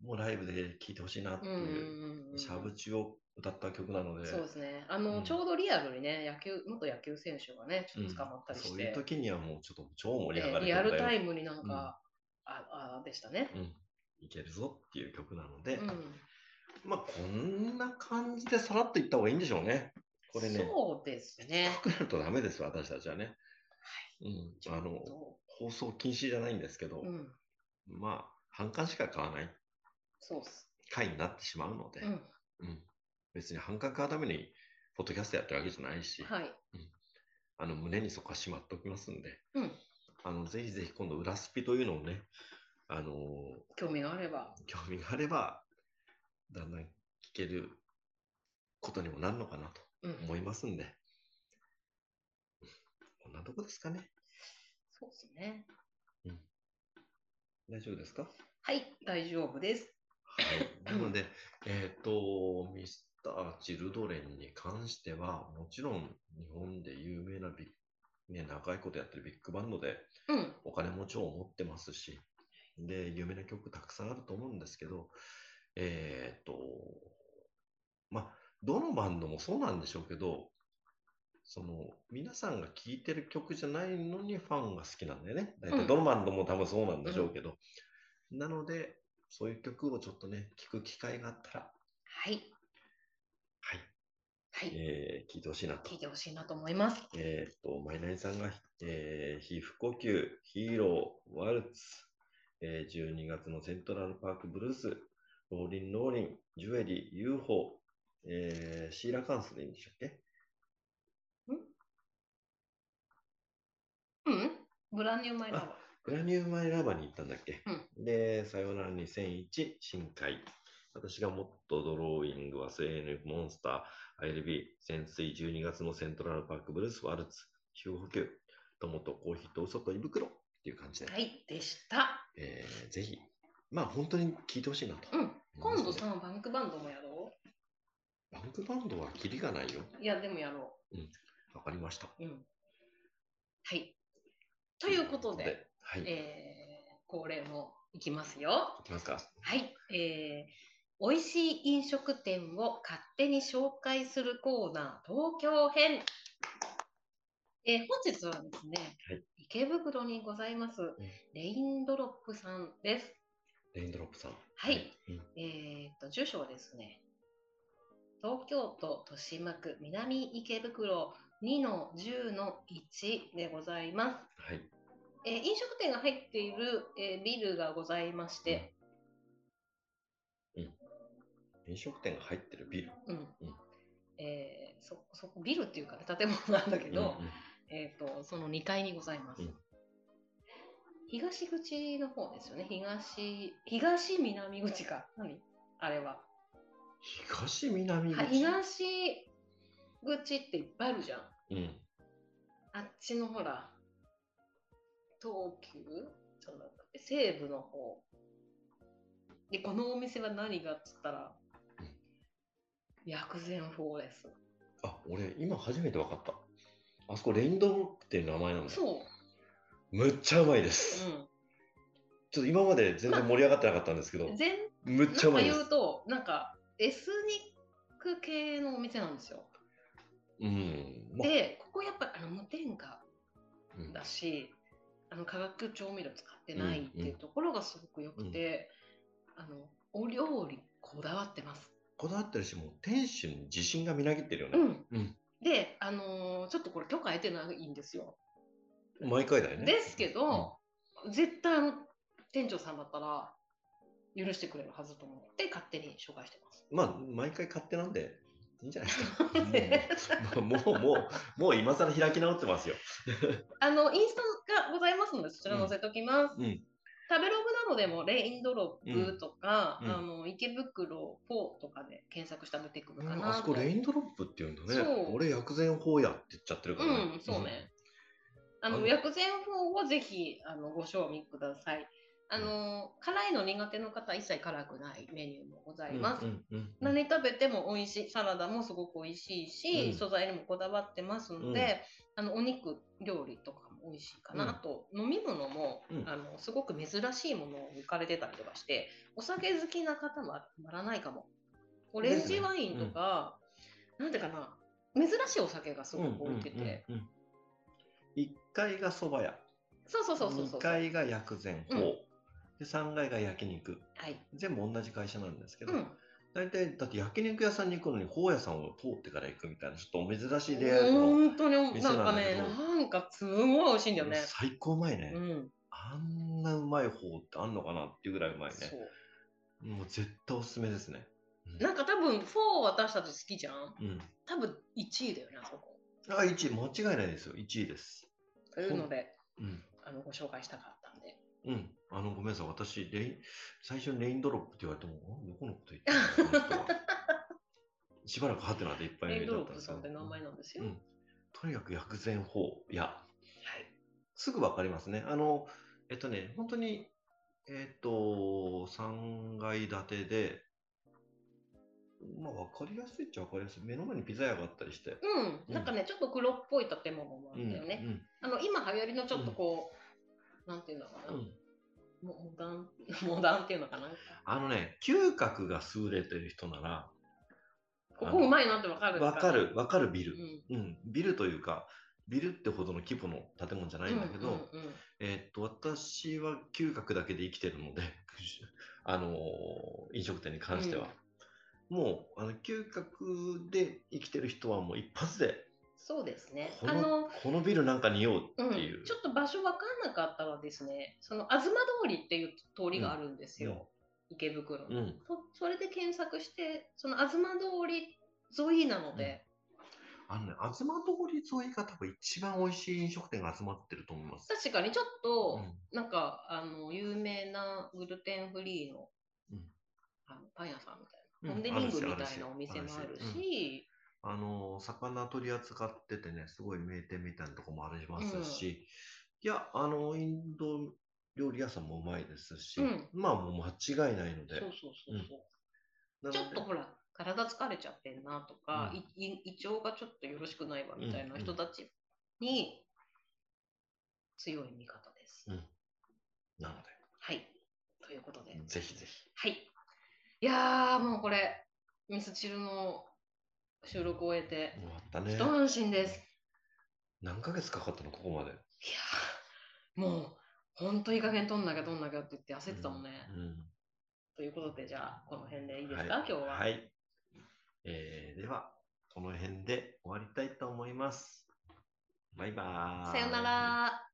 A: もうライブで聴いてほしいなって
B: うんうん
A: いう、
B: うんうん
A: シャブチを歌った曲なので。
B: そうですね。あの、
A: うん
B: ちょうどリアルにね、野球、元野球選手がね、ちょっと捕まったり
A: そ
B: し
A: うい
B: て
A: う、時にはもうちょっと超盛り上が
B: え
A: る
B: リアルタ
A: イ
B: イムになんか、ああでしたね。
A: ム、うん、いけるぞっていう曲なので、
B: うん
A: まあこんな感じでさらっといった方がいいんでしょうね。これね、
B: そうですね。
A: 深くなるとダメです私たちはね。うん、あの放送禁止じゃないんですけど、
B: うん、
A: まあ半巻しか買わない
B: そうっす。
A: 回になってしまうので、
B: うん、
A: うん別に半巻買うためにポッドキャストやってるわけじゃないし、
B: はい。
A: あの胸にそこはしまっておきますんで、
B: うん
A: あのぜひぜひ今度裏スピというのをね、あのー
B: 興味があれば。
A: 興味があれば、だんだん聞けることにもなるのかなと
B: うん
A: 思いますんで、こんなとこですかね。
B: そうですね。
A: 大丈夫ですかは
B: はい、大丈夫です。
A: い。なので、えっ、と、ミスター・チルドレンに関しては、もちろん日本で有名なビッね、長いことやってるビッグバンドで
B: うん、
A: お金も超持ってますし、で、有名な曲たくさんあると思うんですけど、えーっと、まあ、どのバンドもそうなんでしょうけど、その、皆さんが聴いてる曲じゃないのにファンが好きなんだよね。大体どのバンドも多分そうなんでしょうけど。なので、そういう曲をちょっとね、聴く機会があったら、
B: はい、
A: はい、
B: はい、
A: えー、聴いてほしいなと
B: 聞いてほしいなと思います。
A: えーっと、マイナイさんが、えー、非不呼吸、ヒーロー、ワルツ、えー、12月のセントラルパークブルース、ローリン、ローリン、ジュエリー、UFO、えー、シーラカンスでいいんでしたっけ
B: うん、ブランニューマイラバー。
A: グラニューマイラバーに行ったんだっけ、
B: う
A: で、さよなら2001、深海。私がもっとドローイング、忘れぬモンスター、ILB、潜水12月のセントラルパークブルース、ワルツ、非呼吸、友とコーヒーと嘘と胃袋っていう感じで。
B: はい、でした。
A: えーぜひ、まあ本当に聞いてほしいなと。
B: うん、
A: 思い
B: 今
A: ま
B: 度
A: すね
B: さ、バンクバンドもやろ
A: バンクバンドはキリがないよ。
B: う。いや、でもやろ
A: わかりました。
B: う。うん。はい。ということで、
A: はい。
B: えー、恒例もいきますよ。
A: いきますか。
B: はい、えー、美味しい飲食店を勝手に紹介するコーナー東京編。えー、本日はですね、
A: はい
B: 池袋にございます、レインドロップさんです。
A: レインドロップさん。
B: はい
A: うん。
B: えー、と住所はですね、東京都豊島区南池袋2の10の1でございます。
A: はい。
B: えー飲食店が入っている、えービルがございまして、
A: 飲食店が入ってるビル。
B: うん
A: うん
B: えーそそこビルっていうか、ね、建物なんだけど、
A: うんうん
B: えー、とその2階にございます。
A: うん
B: 東口の方ですよね。東、東南口か。何あれは。
A: 東南口。
B: は東口っていっぱいあるじゃん。
A: うん。
B: あっちのほら、東急そうなんだ西部の方。で、このお店は何がっつったら
A: うん、
B: 薬膳フォーレス。
A: あ、俺、今初めて分かった。あそこ、レインドロップっていう名前なんだ。
B: そう。
A: むっちゃうまいです。
B: う
A: ちょっと今まで全然盛り上がってなかったんですけど
B: ん。、全
A: むっ
B: なん
A: ちゃうまい
B: か
A: で
B: 言
A: す
B: う。と、なんか、エスニック系のお店なんですよ。
A: うん。まあ
B: で、ここやっぱあの無添加
A: うん
B: だし、あの化学調味料使ってないっていうところがすごく良くて、あの、お料理こだわってます。
A: こだわってるし、もう店主に自信がみなぎってるよね。
B: うん。
A: うん
B: で、あのーちょっとこれ許可得てないんですよ。
A: 毎回だよね。
B: ですけど、絶対あの店長さんだったら許してくれるはずと思って勝手に紹介してます。
A: まあ、毎回勝手なんで、いいんじゃないですか。もう、もう、もう、もう今更開き直ってますよ。
B: あの、インスタがございますので、そちら載せときます。
A: うんうん
B: 食べログなどでも、レインドロップとか、
A: うんうん
B: あの池袋4とかで検索したら出てくるか
A: あ
B: な
A: そ
B: と。
A: こレインドロップって言うんだ
B: そ
A: ね
B: う。
A: 俺、薬膳法やって言っちゃってるから
B: うん、そうね。。あ
A: あ
B: の
A: の
B: 薬膳法をぜひあのご賞味ください。あの辛いの苦手の方は一切辛くないメニューもございます。
A: うんうんうん
B: 何食べても美味しいサラダもすごく美味しい
A: う
B: し、
A: ん
B: 素材にもこだわってますので、あのお肉料理とかも美味しいかな、
A: うん
B: あと飲み物も、
A: うん
B: あのすごく珍しいものを置かれてたりとかしてお酒好きな方はたまらないかもオレンジワインとか、なんていうかな珍しいお酒がすごく置いてて、
A: うんうんうんうん1階が蕎麦屋、
B: そうそうそうそうそ
A: 2
B: う
A: 階が薬膳法、
B: うん
A: で3階が焼肉。
B: はい、
A: 全部同じ会社なんですけど、
B: うん、
A: 大体、だって焼肉屋さんに行くのに、法屋さんを通ってから行くみたいな、ちょっと珍しい出会いの、
B: 本当に
A: 店
B: なん
A: な
B: か
A: んだけ
B: ね
A: ど
B: なんかすごい美味しいんだよね、
A: 最高うまいね。
B: うん、
A: あんなうまい方ってあんのかなっていうぐらいうまい
B: そ
A: ね。
B: う
A: もう絶対おすすめですね。うん
B: なんか多分、フォー私たち好きじゃん。
A: うん。
B: 多分1位だよね、あそこ。
A: あ、1位、間違いないですよ。1位です。
B: というので、
A: うん。
B: あのご紹介したかったんで。
A: うん。あの、ごめんなさい。私、レイン、最初にレインドロップって言われても、あどこのこと言ってんだろうこの 人はしばらくハテナでいっぱい
B: レイ
A: 入
B: ン
A: れちゃっ
B: ドロッ
A: たん
B: プ
A: です
B: さ
A: け
B: ん
A: ど
B: って名前なんですよ。
A: うんとにかく薬膳法や、
B: はい。
A: すぐわかりますね。あの、えっとね、本当に、えっと、3階建てで、まあ、わかりやすいっちゃわかりやすい。目の前にピザ屋があったりして。
B: うん、なんかね、ちょっと黒っぽい建物もあったよね。あの、今流行りのちょっとこう、なんていうのか
A: う
B: な、
A: んう
B: も
A: ん
B: モダン、 モダンっていうのかな。
A: あのね、嗅覚が優れてる人なら、
B: ここうまいなってわかる
A: わか。る、わかるビ
B: う
A: ル。
B: ん。
A: うん、ビルというか、ビルってほどの規模の建物じゃないんだけど、
B: うんうんうん
A: えーっと、私は嗅覚だけで生きてるので、 あのー飲食店に関しては。もう、あの、嗅覚で生きてる人はもう一発で、
B: そうですね。
A: こ
B: あの
A: の、このビルなんかによう
B: うん
A: っていう。
B: ちょっと場所分かんなかったらですね、その東通りっていう通りがあるんですよ、池袋の、
A: うんうん
B: そ。それで検索して、その東通り沿いなので、
A: あのね、東通り沿いが多分一番美味しい飲食店が集まってると思います。
B: 確かにちょっ
A: う
B: と、
A: ん
B: なんかあの有名なグルテンフリーの,、
A: うん
B: あのパン屋さんみたい
A: うん
B: な、ホンデ
A: あ
B: リン
A: るし
B: グみ
A: ある
B: たい
A: し
B: なお店もある
A: あるしうん
B: し、
A: あのー、魚取り扱っててね、すごい名店みたいなとこもありますし、いや、あの、インド料理屋さんもうまいですし、
B: うん
A: まあもう間違いないの
B: そう
A: で。
B: そうそうそう、
A: なので
B: ちょっとほら体疲れちゃってんなとか、
A: うん
B: いい胃腸がちょっとよろしくないわみたいな人たちに強い味方です。
A: うんなの
B: はいということで、
A: で、ぜひぜひ。
B: はいいやーもうこれミスチルの収録を終えて
A: 終わったね
B: 一。安心です。
A: 何ヶ月かかったの、ここまで。
B: いやーもう本当いい加減取んなきゃ取んなきゃって言って焦ってたもんね。
A: うん
B: ということでじゃあこの辺でいいですか、
A: はい、
B: 今日は。
A: はい。えーでは、この辺で終わりたいと思います。バイバーイ。
B: さよなら。